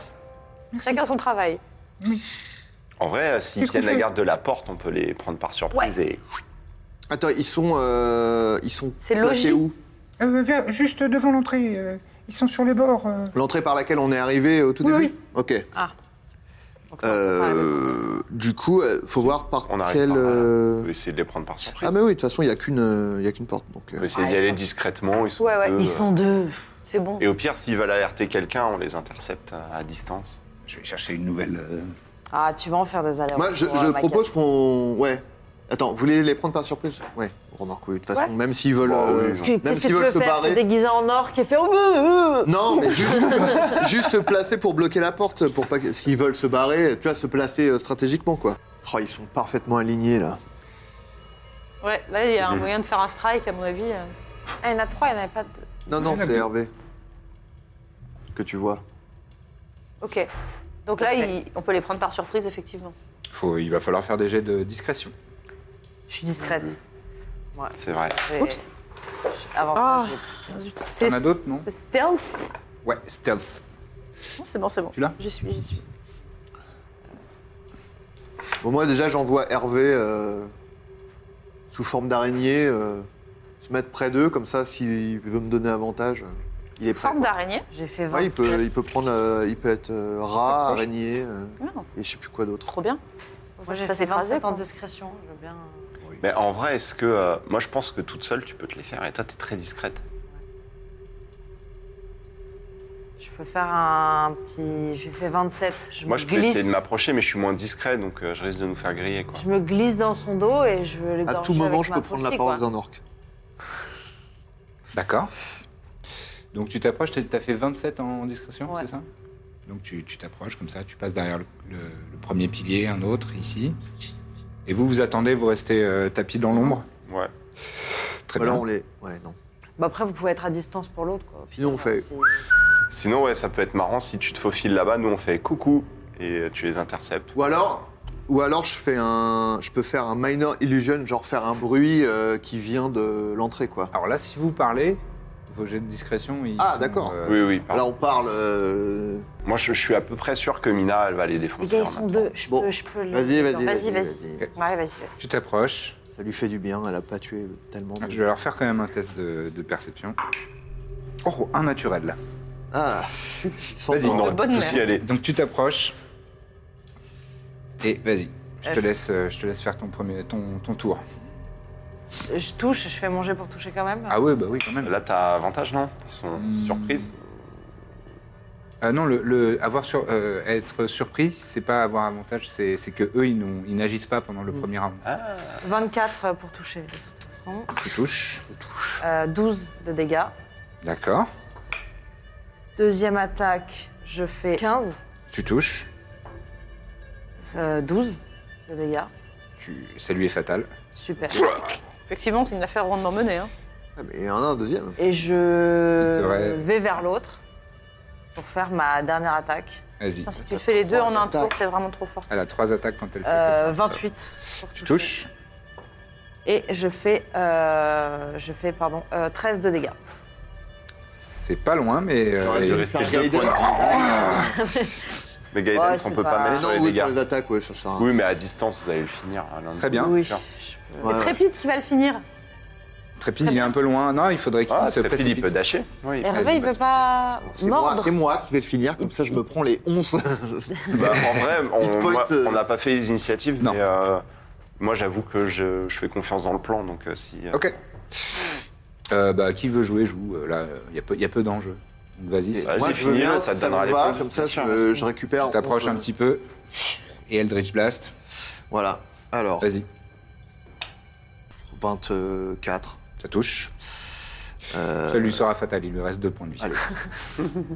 Chacun son travail.
En vrai, euh, s'ils
Qu'est-ce qu'on
tiennent la
fait
garde de la porte, on peut les prendre par surprise et...
Attends, ils sont. euh, ils sont.
C'est
placés
logis.
où
Euh, vers- juste devant l'entrée, euh, ils sont sur les bords. euh.
L'entrée par laquelle on est arrivé au tout
Oui,
début
oui.
Ok.
Ah.
Euh, du coup, euh, faut voir par
On arrive
quelle.
par là. On
euh,
peut essayer de les prendre par surprise.
Ah, mais oui, de toute façon, il n'y a qu'une euh, il y a qu'une porte. Donc, euh,
On peut essayer d'y aller discrètement, ils sont
Ouais, ouais,
deux,
Ils
euh,
sont deux.
C'est bon.
Et au pire, s'ils veulent alerter quelqu'un, on les intercepte euh, à à distance.
Je vais chercher une nouvelle. euh,
Ah, tu vas en faire des allers
Moi, je, je propose qu'on. Ouais. Attends, vous voulez les prendre par surprise Ouais, remarque, oui, de toute façon, même s'ils veulent.
Bah, oui,
euh,
non.
Même
Qu'est-ce que
s'ils
tu
veulent
veux
se
faire T'es
barrer.
déguisé en or qui fait. Oh, euh, euh.
Non, mais juste, juste se placer pour bloquer la porte, pour pas que- s'ils veulent se barrer, tu vois, se placer euh, stratégiquement, quoi. Oh, ils sont parfaitement alignés, là.
Mhm.
Ouais, là, il y a un moyen de faire un strike, à mon avis. euh.
Ah, il y en a trois, il n'y en avait pas de...
Non, non,
Rien à
c'est
dire.
Hervé. Que tu vois.
Ok. Donc là, il- on peut les prendre par surprise, effectivement.
Faut- il va falloir faire des jets de discrétion.
Je suis discrète.
C'est vrai.
J'ai-
Oups.
j'ai- Avant,
Ah.
j'ai-
T'en as d'autres, non
C'est stealth.
Ouais, stealth.
Non, C'est bon, c'est bon.
Tu l'as
J'y suis, j'y suis.
Bon, moi, déjà, j'envoie Hervé euh, sous forme d'araignée euh, se mettre près d'eux, comme ça, s'il veut me donner avantage, il est prêt.
Forme
quoi.
d'araignée.
J'ai fait 20.
Ouais, il peut, il peut prendre, euh, il peut être euh, rat, araignée, euh,
Oh.
Non.
et je sais plus quoi d'autre.
Trop bien.
Moi, j'ai
Je fasse
fait
écraser,
hein.
27 en
quoi.
discrétion. Je veux bien...
Mais en vrai, est-ce que. euh, moi, je pense que toute seule, tu peux te les faire et toi, t'es très discrète.
Je peux faire un petit... J'ai fait 27. Je
Moi,
me
je peux
glisse.
essayer de m'approcher, mais je suis moins discret, donc euh, je risque de nous faire griller, quoi.
Je me glisse dans son dos et je veux
À
l'égorger
tout moment,
avec
je
ma
peux prendre la
faucille,
parole
quoi.
d'un orc.
D'accord. Donc tu t'approches, t'as t'as fait 27 en discrétion,
Ouais.
c'est ça Donc tu tu t'approches comme ça, tu passes derrière le, le- le premier pilier, un autre ici. Et vous, vous attendez, vous restez euh, tapis dans l'ombre
Ouais.
Très
Voilà,
bien.
on les. Ouais, non.
Bah, après, vous pouvez être à distance pour l'autre. quoi.
Sinon, on fait.
Si-
Sinon, ouais, ça peut être marrant si tu te faufiles là-bas, nous, on fait coucou et euh, tu les interceptes.
Ou alors, ou alors je fais un, je peux faire un minor illusion, genre faire un bruit euh, qui vient de l'entrée, quoi.
Alors là, si vous parlez, vos jets de discrétion, ils
Ah,
sont,
d'accord.
euh,
Oui, oui,
Là,
pardon.
on parle. euh,
Moi, je, je suis à peu près sûr que Mina, elle va les
Les
défoncer.
gars,
en
ils sont
attendant.
deux. Je
Bon.
peux, je peux le-
Vas-y, vas-y,
Vas-y,
vas-y,
vas-y.
vas-y.
Ouais, vas-y, vas-y.
Tu t'approches.
Ça lui fait du bien. Elle a pas tué tellement.
Ah, Je
De...
vais leur faire quand même un test de, de perception. Oh, un naturel.
Ah.
Vas-y.
On
non.
aurait
bonne
tous y
mère.
aller.
Donc tu t'approches. Et vas-y, je te
Euh,
laisse, euh, je te laisse faire ton premier, ton, ton tour.
Je touche, je fais manger pour toucher quand même.
Ah ouais, bah oui, quand même.
Là, t'as avantage, non Ils sont
Hmm.
surprises.
Ah non, le, le- avoir sur, euh, être surpris, c'est pas avoir avantage, c'est c'est que eux, ils n'ont- ils n'agissent pas pendant le premier round.
Ah.
24 pour toucher, de toute façon.
Tu touches.
Euh, 12 de dégâts.
D'accord.
Deuxième attaque, je fais 15.
Tu touches.
euh, 12 de dégâts.
Tu... Ça lui est fatal.
Super.
Effectivement, c'est une affaire rondement menée. Hein.
Ah, mais il y en a un deuxième.
Et
Il devrait-
je vais vers l'autre pour faire ma dernière attaque.
Vas-y.
Putain, si tu fais les deux en un
attaques.
tour, t'es vraiment trop fort.
Elle a trois attaques quand elle fait.
Euh,
ça.
28 pour
Tu
toucher.
touches.
Et je fais, euh, je fais pardon, euh, 13 de dégâts.
C'est pas loin, mais. euh,
J'aurais dû
et-
rester
Faire
deux
Gaiden.
points de vie. Mais Gaiden,
Ah. Ouais,
on
c'est
peut
pas-
pas
Mais
mettre sur
non,
Ah, les
oui,
dégâts.
pour les attaques, ouais, ça sert à rien.
Oui, mais à distance, vous allez le finir. hein, l'un de
Très
vous.
bien.
Oui.
sûr.
Ouais, ouais.
Trépide qui va le finir.
Trépide, il est un peu loin. Non, il faudrait qu'il
Ah,
se
Trépide,
précipite.
il peut dasher. Oui.
Hervé, il peut pas
Alors, C'est moi,
mordre.
c'est moi qui vais le finir, comme ça je me prends les 11.
Bah, en vrai,
Il
on
te pointe,
moi,
euh,
on n'a pas fait les initiatives,
Non.
mais euh, moi, j'avoue que je, je fais confiance dans le plan, donc euh, si... euh,
Ok. Euh, bah, qui veut jouer, joue. Euh, Là, il y a peu, y a peu d'enjeux. Donc vas-y,
Ouais,
moi,
j'ai
je veux
fini,
bien,
ça
si
te donnera
me
les
va,
points hein, de
Comme ça, je,
tir.
me- je récupère.
tu t'approches
11.
un petit peu. Et Eldritch Blast.
Voilà. Alors,
Vas-y,
24.
ça touche.
Euh,
Ça lui sera fatal, il lui reste deux points de vie.
Allez.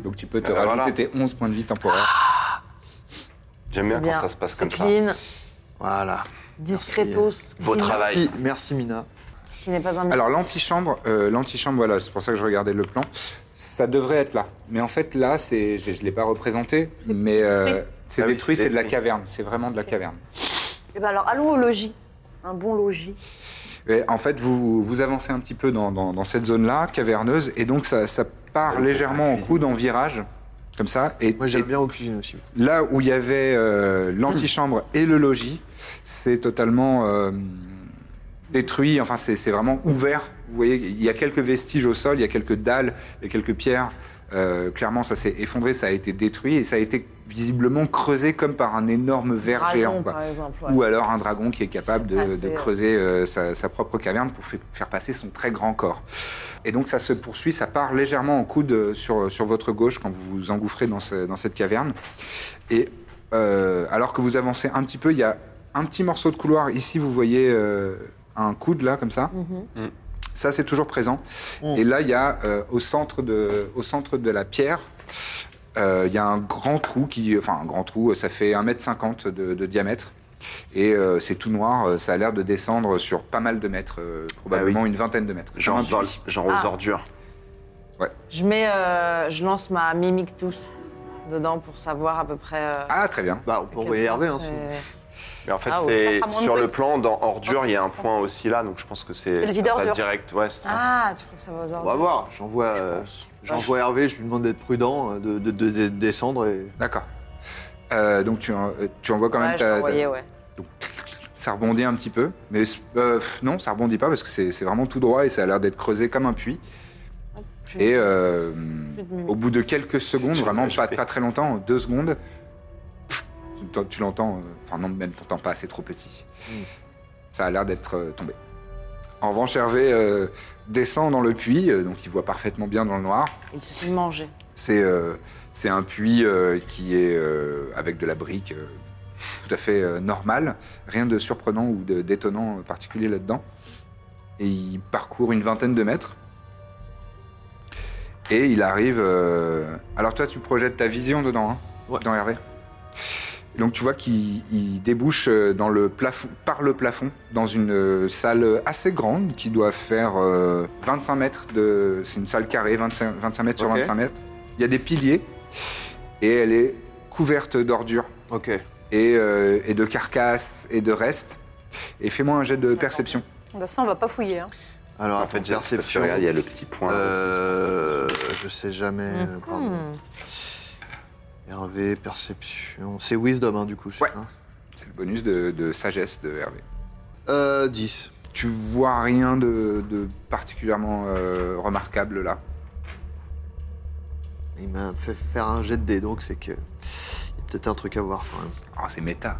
Donc tu peux te
Ah bah
rajouter
voilà.
tes 11 points de vie temporaires.
J'aime bien,
Bien.
quand ça se passe
C'est
comme ça.
clean,
Voilà.
discretos,
Beau travail.
Merci, merci Mina.
qui n'est pas un
Alors l'antichambre, euh, l'antichambre, voilà, c'est pour ça que je regardais le plan. Ça devrait être là. Mais en fait, là, c'est, je ne l'ai pas représenté, mais euh, c'est
Ah oui,
détruit,
c'est
c'est de la
détruit.
caverne. C'est vraiment de la caverne.
Eh
Et ben alors, allons au logis. Un bon logis.
Et en fait, vous, vous avancez un petit peu dans, dans- dans cette zone-là, caverneuse, et donc ça, ça part légèrement en coude, en virage, comme ça. Et,
Moi
et
j'aime bien aux cuisines aussi.
là où il y avait euh, l'antichambre et le logis, c'est totalement euh, détruit, enfin c'est c'est vraiment ouvert. Vous voyez, il y a quelques vestiges au sol, il y a quelques dalles, il y a quelques pierres. Euh, clairement, ça s'est effondré, ça a été détruit et ça a été visiblement creusé comme par un énorme verre
dragon,
géant. quoi.
par exemple. ouais.
Ou alors un dragon qui est capable de,
passé,
de
ouais.
creuser euh, sa, sa propre caverne pour fa- faire passer son très grand corps. Et donc ça se poursuit, ça part légèrement en coude euh, sur, sur votre gauche quand vous vous engouffrez dans, ce- dans cette caverne. Et euh, alors que vous avancez un petit peu, il y a un petit morceau de couloir. Ici, vous voyez euh, un coude là, comme ça. Ça, c'est toujours présent. Et là, il y a euh, au, centre de, au centre de la pierre, euh, il y a un grand trou qui. Enfin, un grand trou, ça fait 1m50 de, de diamètre. Et euh, c'est tout noir, euh, ça a l'air de descendre sur pas mal de mètres, euh, probablement une vingtaine de mètres.
Genre,
Comme un
dans-
puits.
genre
Ah.
aux ordures.
Je mets, euh, je lance ma mimique tous dedans pour savoir à peu près. euh,
Ah, très bien.
Bah, on peut
quel euh,
envoyer
point
Hervé. Hein, si-
c'est-
Mais en fait,
Ah, ouais.
Ça
c'est
fera moins de
sur
bruit.
le plan, dans ordure, il y a un
Ok.
point aussi là, donc je pense que c'est
C'est le vide
ça va
ordure.
direct. Ouais, c'est ça.
Ah, tu crois que ça va aux
On va
ordres
voir. J'envoie euh, j'envoie Hervé, je lui demande d'être prudent, euh, de, de- de- de descendre. Et...
D'accord. Euh, donc tu, en- euh, tu envoies quand même
Ouais, je
ta-
l'ai
ta-
envoyé, ouais.
donc, ça rebondit un petit peu, mais euh, pff, non, ça rebondit pas parce que c'est c'est vraiment tout droit et ça a l'air d'être creusé comme un puits.
Plus-
Et euh,
plus de mimique.
au bout de quelques secondes,
Je
vraiment
vais
pas,
jeter.
pas très longtemps, deux secondes, pff, tu- tu l'entends, euh, enfin non, même t'entends pas, c'est trop petit.
Hmm.
Ça a l'air d'être euh, tombé. En revanche, Hervé euh, descend dans le puits, euh, donc il voit parfaitement bien dans le noir.
Il suffit de manger.
C'est euh, c'est un puits euh, qui est euh, avec de la brique euh, tout à fait euh, normal, rien de surprenant ou de- d'étonnant euh, particulier là-dedans. Et il parcourt une vingtaine de mètres. Et il arrive. euh, Alors toi, tu projettes ta vision dedans, hein,
Ouais.
dans Hervé. Donc tu vois qu'il il débouche euh, dans le plafond, par le plafond dans une euh, salle assez grande qui doit faire euh, 25 mètres de... C'est une salle carrée, 25, 25 mètres
Ok.
sur 25 mètres. Il y a des piliers et elle est couverte d'ordures
Ok.
et, euh, et de carcasses et de restes. Et fais-moi un jet de perception.
Bah ça, on va pas fouiller. hein.
Alors,
En
attends,
fait, j'ai- parce que
perception.
regarde, il y a le petit point.
Euh, je sais jamais. euh, Pardon. Hervé, perception. C'est Wisdom, hein, du coup. c'est
Ouais.
ça
C'est le bonus de, de sagesse de Hervé.
Euh, 10.
Tu vois rien de, de particulièrement euh, remarquable là.
Il m'a fait faire un jet de dés, donc c'est que. Il y a peut-être un truc à voir quand même.
Ah, c'est méta.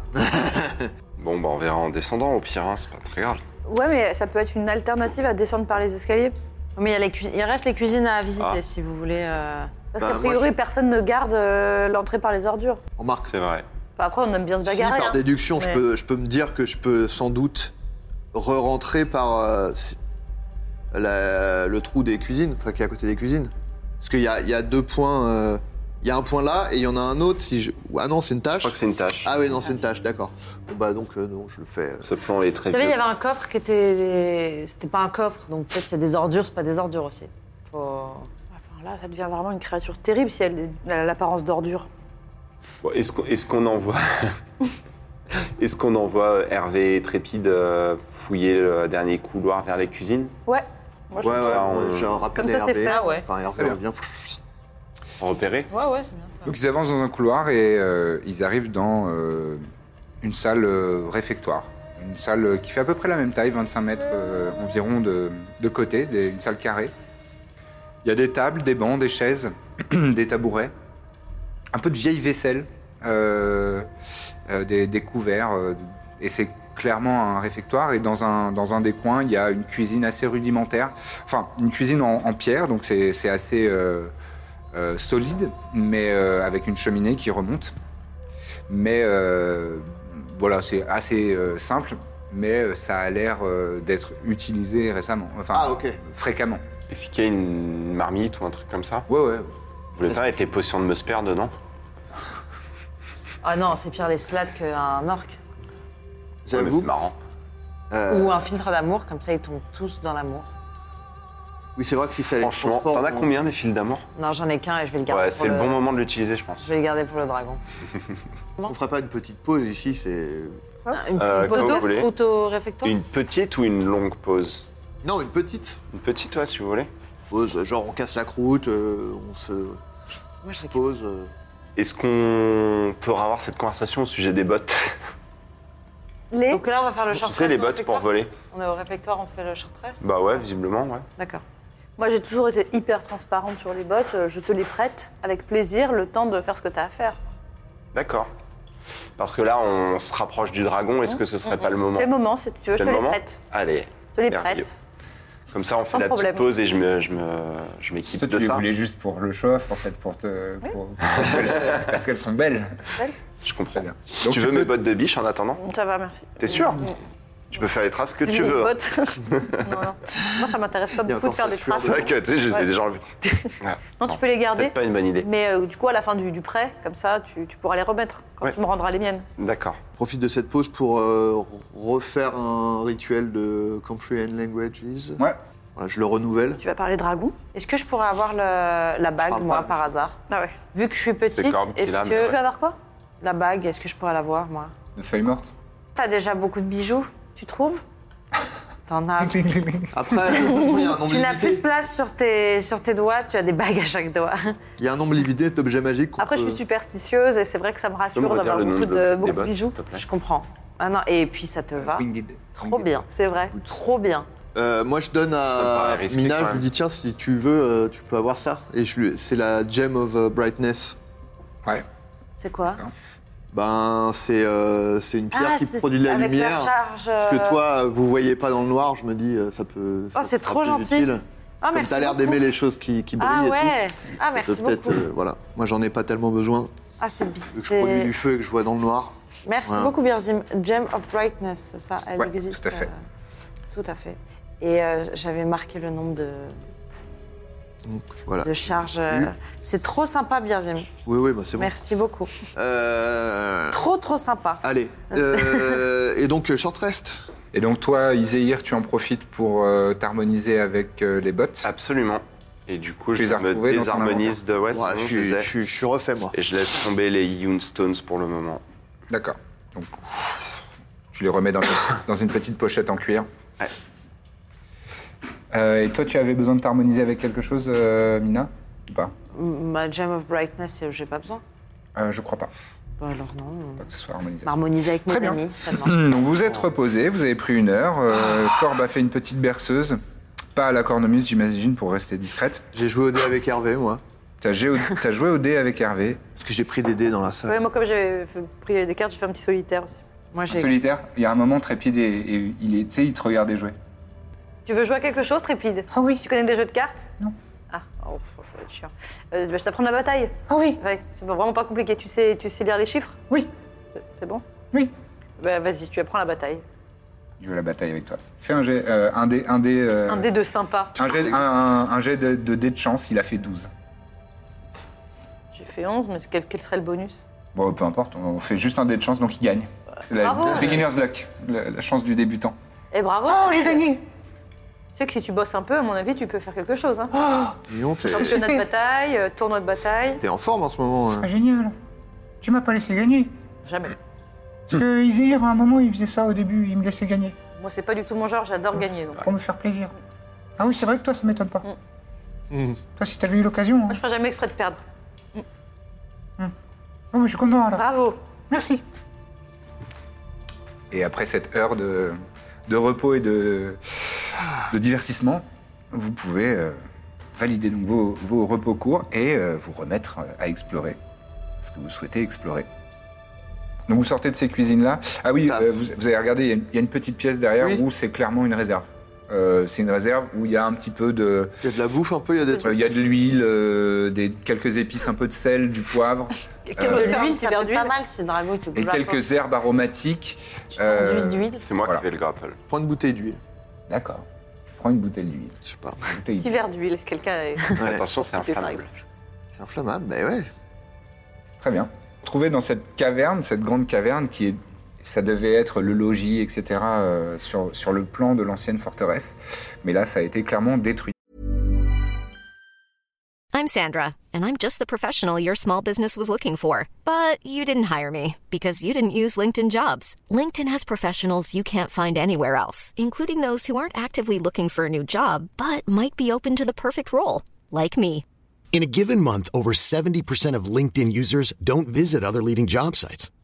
Bon, bah, on verra en descendant, au pire, hein, c'est pas très grave.
Ouais, mais ça peut être une alternative à descendre par les escaliers.
Oh, Mais il, y a les cu- il reste les cuisines à visiter
Ah.
si vous voulez. euh,
Parce
Bah,
qu'a
moi,
priori,
je-
personne ne garde euh, l'entrée par les ordures.
On marque.
C'est vrai.
Bah, après, on aime bien se
Si,
bagarrer.
par
hein.
déduction, je,
Ouais.
peux, je peux me dire que je peux sans doute re-rentrer par euh, si- la- le trou des cuisines, enfin qui est à côté des cuisines. Parce qu'il y a, il y a deux points. euh, Il y a un point là et il y en a un autre. Si je... Ah non, c'est une
Je
tâche.
crois que c'est une tâche.
Ah oui, non, c'est une tâche, d'accord. Bon, bah donc, euh, non, je le fais. euh.
Ce plan est très
Vous savez, il y
vieux.
avait un coffre qui était. C'était pas un coffre, donc peut-être c'est des ordures, c'est pas des ordures aussi. Faut-
Enfin, là, ça devient vraiment une créature terrible si elle elle a l'apparence d'ordure.
Bon, Est-ce qu'on est-ce qu'on envoie. Est-ce qu'on envoie Hervé et Trépide euh, fouiller le dernier couloir vers les cuisines
Ouais. Moi, je
ouais,
trouve
ouais,
ça,
bon,
on-
je rappelle
Comme ça, c'est
Hervé.
fait,
Ah ouais.
Enfin, Hervé
Très bien.
revient.
Repérer
Ouais, ouais, c'est bien.
Donc ils avancent dans un couloir et euh, ils arrivent dans euh, une salle euh, réfectoire. Une salle euh, qui fait à peu près la même taille, 25 mètres euh, environ de, de côté, des- une salle carrée. Il y a des tables, des bancs, des chaises, des tabourets, un peu de vieille vaisselle, euh, euh, des, des couverts. euh, et c'est clairement un réfectoire. Et dans un, dans un des coins, il y a une cuisine assez rudimentaire. Enfin, une cuisine en, en pierre, donc c'est c'est assez... euh, euh, solide, mais euh, avec une cheminée qui remonte. Mais euh, voilà, c'est assez euh, simple, mais euh, ça a l'air euh, d'être utilisé récemment, enfin
Ah, ok.
fréquemment.
Est-ce qu'il y a une marmite ou un truc comme ça
Ouais, ouais.
Vous voulez pas avec les potions de Musper dedans
Ah non, c'est pire les slats qu'un orc.
Ouais, Ah, mais C'est
J'avoue.
marrant.
euh,
Ou un filtre d'amour, comme ça ils tombent tous dans l'amour.
oui, c'est vrai que si ça les
Franchement,
transforme
t'en as
en-
combien des fils d'amour
Non, j'en ai qu'un et je vais le garder.
Ouais,
pour
c'est le bon moment de l'utiliser, je pense.
Je vais le garder pour le dragon.
On ferait pas une petite pause ici, c'est.
Une
Euh,
petite
comme vous
pause
voulez.
auto-réfectoire
Une petite ou une longue pause
Non, une petite
Une petite, ouais, si vous voulez.
pause. Genre, on casse la croûte, euh, on se
Moi je fais que-
pose. euh.
Est-ce qu'on peut avoir cette conversation au sujet des bottes
Les.
Donc là, on va faire le
Tu
short
sais,
rest au
les bottes pour
réfectoire
voler
On est au réfectoire, on fait le short rest
Bah ouais, visiblement, ouais.
D'accord.
Moi, j'ai toujours été hyper transparente sur les bottes. euh, Je te les prête avec plaisir, le temps de faire ce que t'as à faire.
D'accord. Parce que là, on se rapproche du dragon, est-ce que ce serait pas le moment
Mhm. C'est le moment, si tu veux,
C'est
je te
le
les
moment
prête.
Allez,
Je te les
Merveilleux.
prête.
comme ça, on fait
Sans
la
problème.
petite pause et je me, je me, je m'équipe
Toi, tu
de
les
ça.
voulais juste pour le show en fait, pour te. parce qu'elles sont belles.
Je comprends
Très bien.
tu, veux mes bottes de biche en attendant
Ça va, merci.
T'es sûr Tu peux faire les traces que
Dis-lui
tu
Mm. les
veux. hein.
bottes. non, non. Moi, ça m'intéresse pas
Il y a
beaucoup de
encore
faire
ça,
des
je suis
traces.
C'est vrai que tu sais, je les ai
Ouais.
déjà enlevés. Ah,
Non, tu peux les garder.
Peut-être pas une bonne idée.
Mais euh, du coup, à la fin du, du prêt, comme ça, tu, tu pourras les remettre quand
Ouais.
tu me rendras les miennes.
D'accord.
Profite de cette pause pour euh, refaire un rituel de Comprehend Languages.
Ouais.
Voilà, je le renouvelle.
Tu vas parler dragon
Est-ce que je pourrais avoir le- la bague,
parle
moi,
pas.
par hasard
Ah ouais.
Vu que je suis
C'est
petite,
Corbe qui
est-ce
l'a, mais
que...
ouais. Tu veux
avoir quoi La bague, est-ce que je pourrais l'avoir, moi
Une feuille morte.
T'as déjà beaucoup de bijoux, tu trouves T'en as...
Après, de toute façon, il y a un nombre
Tu n'as plus de
limité.
place sur tes, sur tes doigts, tu as des bagues à chaque doigt.
Il y a un nombre limité d'objets magiques. qu'on
Après, je
peut-
suis superstitieuse et c'est vrai que ça me
Tu peux me
rassure
redire
d'avoir
le nom
beaucoup
de,
de,
des
beaucoup de
boss,
bijoux.
s'il te plaît
Je comprends. Ah non, et puis ça te va
Winged.
Trop
Winged.
bien,
C'est vrai.
trop bien.
Euh, moi, je donne
Ça me
à
paraît risqué,
Mina,
quand
je lui
même.
dis tiens, si tu veux, euh, tu peux avoir ça. Et je lui... c'est la Gem of euh, Brightness.
Ouais.
C'est quoi Ah,
Ben, c'est euh, c'est une pierre qui
c'est-
produit de la
avec
lumière.
la charge.
Parce
euh, Oh,
que toi, vous voyez pas dans le noir, je me dis, euh, ça peut. ça
c'est
sera
trop
plus
gentil.
utile.
Ah,
Comme
merci.
t'as l'air
beaucoup.
d'aimer les choses qui, qui brillent
Ah
et
ouais. Ah,
tout. ça
merci
peut peut-être,
beaucoup.
euh, voilà. Moi, j'en ai pas tellement besoin.
Ah, c'est bi-
vu que Je
c'est-
produis du feu et que je vois dans le noir.
Merci
Ouais.
beaucoup, Birzim. Gem of Brightness, c'est ça Elle
Ouais,
existe.
tout à fait.
euh, tout à fait. Et euh, j'avais marqué le nombre de,
Donc, voilà.
de charges. euh,
Mm.
C'est trop sympa, Birzim.
Oui, oui, bah, c'est bon. Ah.
Merci beaucoup.
Euh,
Trop, trop sympa.
Allez. Euh, et donc, euh, short rest.
Et donc toi, Iséir, tu en profites pour euh, t'harmoniser avec euh, les bots.
Ah.
Absolument. Et du coup,
Tu
je
les as
me
retrouvés dans ton
désharmonise de. Ouais, c'est
Ouais,
bon,
je,
je les
suis,
ai.
je suis- je suis refait, moi.
Et je laisse tomber les Yoonstones pour le moment.
D'accord. Donc tu les remets dans, dans une petite pochette en cuir.
Ouais.
Euh, et toi, tu avais besoin de t'harmoniser avec quelque chose, euh, Mina Ou pas
M- Ma Gem of Brightness, euh, j'ai pas besoin.
Euh, Je crois pas.
Bah, alors non.
Pas que ce soit harmonisé.
M'harmoniser avec mes
Très bien.
amis seulement.
Hmm, Donc vous êtes reposé, vous avez pris une heure. euh, Corbe a fait une petite berceuse. Pas à la cornemuse, j'imagine, pour rester discrète.
J'ai joué au dé avec Hervé, moi.
T'as géo- t'as joué au dé avec Hervé.
Parce que j'ai pris des dés dans la
Ouais,
salle.
moi, comme j'avais fait- pris des cartes, j'ai fait un petit solitaire aussi.
Moi, j'ai.
Solitaire, il y a un moment trépide et, et il est, tu sais, il te regardait jouer.
Tu veux jouer à quelque chose, Trépide
Ah oui.
Tu connais des jeux de cartes
Non.
Ah, oh, faut- faut être chiant. Euh, je t'apprends la bataille.
Ah oui.
Ouais, c'est vraiment pas compliqué. Tu sais, tu sais lire les chiffres
Oui.
C'est- C'est bon
Oui.
Bah, vas-y, tu apprends la bataille.
Je veux la bataille avec toi. Fais un jet, euh, un dé, un dé, euh,
Un dé de sympa.
un jet, un- un- un jet de, de dé de chance. Il a fait 12.
J'ai fait 11, mais quel, quel serait le bonus
Bon, peu importe. On fait juste un dé de chance, donc il gagne. La
Bravo.
beginner's luck, la, la chance du débutant.
Eh bravo Oh, j'ai gagné Tu sais que si tu bosses un peu, à mon avis, tu peux faire quelque chose. Hein.
Dis donc, t'es-
Championnat de bataille, euh, tournoi de bataille.
T'es en forme en ce moment. hein.
génial. Tu m'as pas laissé gagner.
Jamais.
Parce que Izir, à un moment, il faisait ça au début, il me laissait gagner.
Moi, c'est pas du tout mon genre, j'adore gagner. Donc. Moi,
pour me faire plaisir. Ah oui, c'est vrai que toi, ça m'étonne pas.
Mm.
Toi, si t'avais eu l'occasion. hein.
je ferai jamais exprès de perdre.
je suis content alors.
Bravo
Merci. Et après cette heure de, de repos et de, de divertissement, vous pouvez euh, valider donc vos, vos repos courts et euh, vous remettre euh, à explorer ce que vous souhaitez explorer. Donc vous sortez de ces cuisines-là. Ah oui,
Taf.
euh, vous, vous avez regardé, il y a une- il y, a une petite pièce derrière
Oui.
où c'est clairement une réserve. Euh, c'est une réserve où il y a un petit peu de,
Il y a de la bouffe un peu, il y a des
Euh,
trucs.
Il y a de l'huile, euh, des, quelques épices, un peu de sel, du poivre
Quelqu'un
Euh,
veut se
De
faire un
l'huile,
petit
ça
verre
fait pas
d'huile
mal si le dragon il te
et
braque.
quelques herbes aromatiques.
Enduit
Euh,
d'huile.
C'est moi
Voilà.
qui fais le grapple.
Prends une bouteille d'huile.
Euh, D'accord. Je prends une bouteille d'huile.
Je sais pas.
Une bouteille
Petit
d'huile.
verre d'huile, est-ce que quelqu'un est
Ouais.
Attention, c'est
constipé, par
inflammable.
exemple
C'est inflammable, bah ouais.
Très bien. Trouvé dans cette caverne, cette grande caverne qui est, ça devait être le logis, etc. euh, sur, sur le plan de l'ancienne forteresse, mais là ça a été clairement détruit.
I'm Sandra, and I'm just the professional your small business was looking for. But you didn't hire me because you didn't use LinkedIn jobs. LinkedIn has professionals you can't find anywhere else, including those who aren't actively looking for a new job but might be open to the perfect role, like me.
In a given month, over 70% of LinkedIn users don't visit other leading job sites.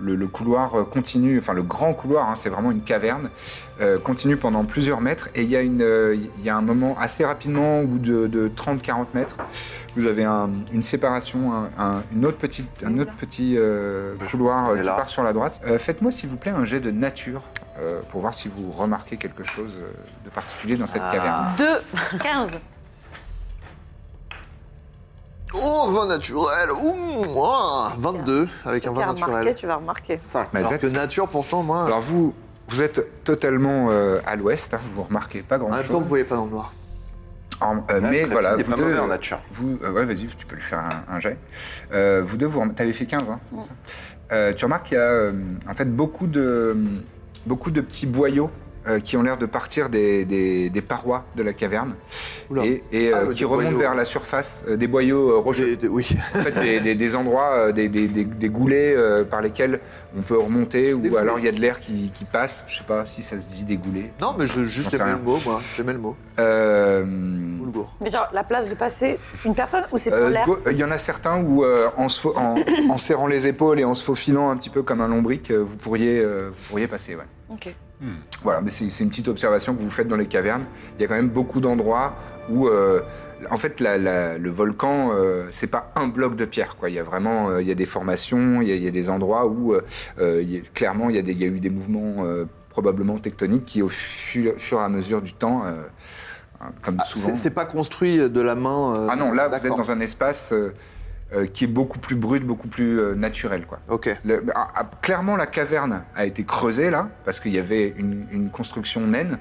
le- le couloir euh, continue, enfin le grand couloir, hein, c'est vraiment une caverne, euh, continue pendant plusieurs mètres. Et il y, a une, euh, il y a un moment assez rapidement, au bout de, de 30-40 mètres, vous avez un- une séparation, un, un- une autre petite, un autre petit euh, couloir euh,
Et
qui
là.
part sur la droite. Euh, Faites-moi s'il vous plaît un jet de nature euh, pour voir si vous remarquez quelque chose euh, de particulier dans
Ah.
cette caverne.
2, 15.
Oh, vin naturel ouh, ouah, 22 avec un
Tu vas
vin
remarquer,
naturel.
tu vas remarquer.
Alors
Mazette,
que nature, pourtant, moi,
alors vous, vous êtes totalement euh, à l'ouest, hein, vous remarquez pas
en même temps, vous
grand-chose.
voyez pas dans le noir.
En- euh, mais
Trépide
voilà,
n'est
vous
pas
deux,
mauvais en
euh,
nature.
Vous, euh, ouais, vas-y, tu peux lui faire un, un jet. Euh, vous deux, vous rem- t'avais fait 15, hein, c'est ça Euh, Tu remarques qu'il y a euh, en fait beaucoup de, beaucoup de petits boyaux euh, qui ont l'air de partir des, des- des parois de la caverne
Oula.
et, et,
Ah,
euh,
ouais,
qui
des
remontent
boyaux.
vers la surface, euh, des boyaux euh, rocheux.
J'ai- Oui,
En fait, des, des- des endroits, euh, des, des- des- des goulets euh, par lesquels on peut remonter, ou
Des goulets.
alors il y a de l'air qui, qui passe. Je sais pas si ça se dit des goulets.
Non, mais je,
J'en
juste
sais
aimais
rien.
le mot, moi. J'aimais le mot.
Euh,
Ou le gour.
Mais genre, la place de passer une personne ou c'est pour
euh,
l'air
go- il y en a certains où, euh, en, se, fau- en, en se serrant les épaules et en se faufilant un petit peu comme un lombric, euh, vous pourriez, euh, vous pourriez passer. ouais.
Ok.
Hmm.
Voilà, mais c'est c'est une petite observation que vous faites dans les cavernes. Il y a quand même beaucoup d'endroits où, euh, en fait, la- la- le volcan, euh, c'est pas un bloc de pierre. Quoi. Il y a vraiment, euh, il y a des formations, il y a, il y a des endroits où, euh, euh, il y a- clairement, il y, a des- il y a eu des mouvements euh, probablement tectoniques qui, au fur, fur et à mesure du temps, euh, hein, comme
Ah,
souvent.
c'est- C'est pas construit de la main. euh,
Ah non, là, vous êtes
d'accord.
dans un espace euh, euh, qui est beaucoup plus brut, beaucoup plus euh, naturel, quoi.
Ok.
Le- ah, ah, clairement, la caverne a été creusée là, parce qu'il y avait une, une construction naine,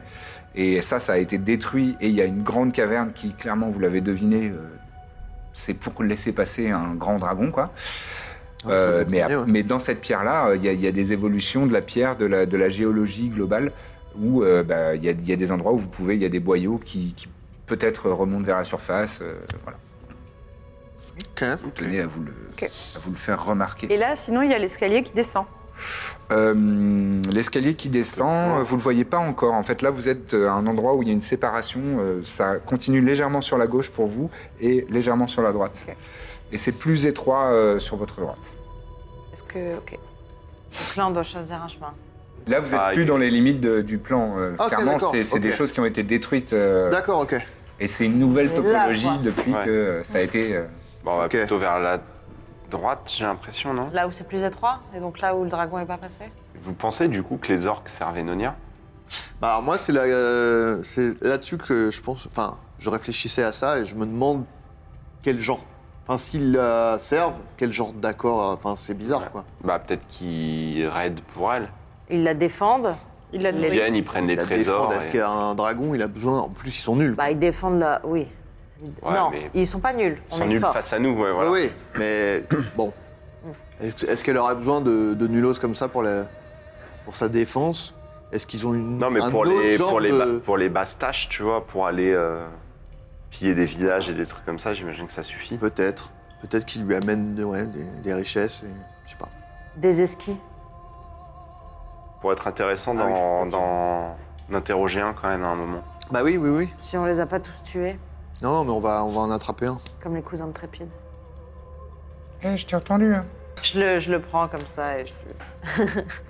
et ça, ça a été détruit, et il y a une grande caverne qui, clairement, vous l'avez deviné, euh, c'est pour laisser passer un grand dragon, quoi. Euh,
Ah,
mais,
ouais.
ap- mais dans cette pierre-là, euh, il y, a- il y a des évolutions de la pierre, de la, de la géologie globale, où euh, bah, il y, a- il y a des endroits où vous pouvez, il y a des boyaux qui, qui peut-être remontent vers la surface, euh, voilà.
Ok.
Tenez à vous le, à vous le faire remarquer.
Et là, sinon, il y a l'escalier qui descend.
Euh, L'escalier qui descend, euh, vous le voyez pas encore. En fait, là, vous êtes euh, à un endroit où il y a une séparation. euh, Ça continue légèrement sur la gauche pour vous et légèrement sur la droite. Et c'est plus étroit euh, sur votre droite.
Est-ce que. Ok.
Donc là, on doit choisir un chemin.
Là, vous êtes
Ah,
plus
il-
dans les limites de- du plan. euh,
Ok,
clairement,
d'accord,
c'est c'est
ok.
des choses qui ont été détruites. euh,
D'accord, ok.
et c'est une nouvelle
là,
topologie
quoi.
depuis
Ouais.
que euh, ça a été. euh,
Bon, on va
Ok.
plutôt vers la droite, j'ai l'impression, non
Là où c'est plus étroit, et donc là où le dragon est pas passé.
Vous pensez du coup que les orques servaient Nonia
Bah, alors moi, c'est la- euh, c'est là-dessus que je pense. Enfin, je réfléchissais à ça et je me demande quel genre. Enfin, s'ils la servent, quel genre d'accord. euh, Enfin, c'est bizarre, quoi.
Bah peut-être qu'ils raident pour elle.
Ils la défendent.
Il l'a
Ils
Ils
la-
viennent, ils prennent les
la
trésors.
défendre, est-ce
et-
qu'il y a un dragon Il a besoin. En plus, ils sont nuls.
Bah, ils défendent la. Oui.
Ouais,
non,
mais-
ils sont pas nuls.
Ils
On
sont
est
nuls
fort.
face à nous, ouais,
Oui,
voilà.
oui, mais bon. Est-ce est-ce qu'elle aurait besoin de, de nulos comme ça pour, la, pour sa défense Est-ce qu'ils ont une.
Non, mais
un
pour
autre
les,
genre
pour, les
de-
ba- pour les basses tâches, tu vois, pour aller euh, piller des villages et des trucs comme ça, j'imagine que ça suffit.
Peut-être. Peut-être qu'ils lui amènent de- ouais, des, des richesses. et- Je sais pas.
Des esquis.
Pour être intéressant
Ah oui,
d'en-
ok.
d'en- d'interroger un quand même à un moment.
Bah oui, oui, oui.
Si on les a pas tous tués,
Non, non, mais on va, on va en attraper un.
comme les cousins de Trépide.
Eh, je t'ai entendu. hein.
Je le, je le prends comme ça et je.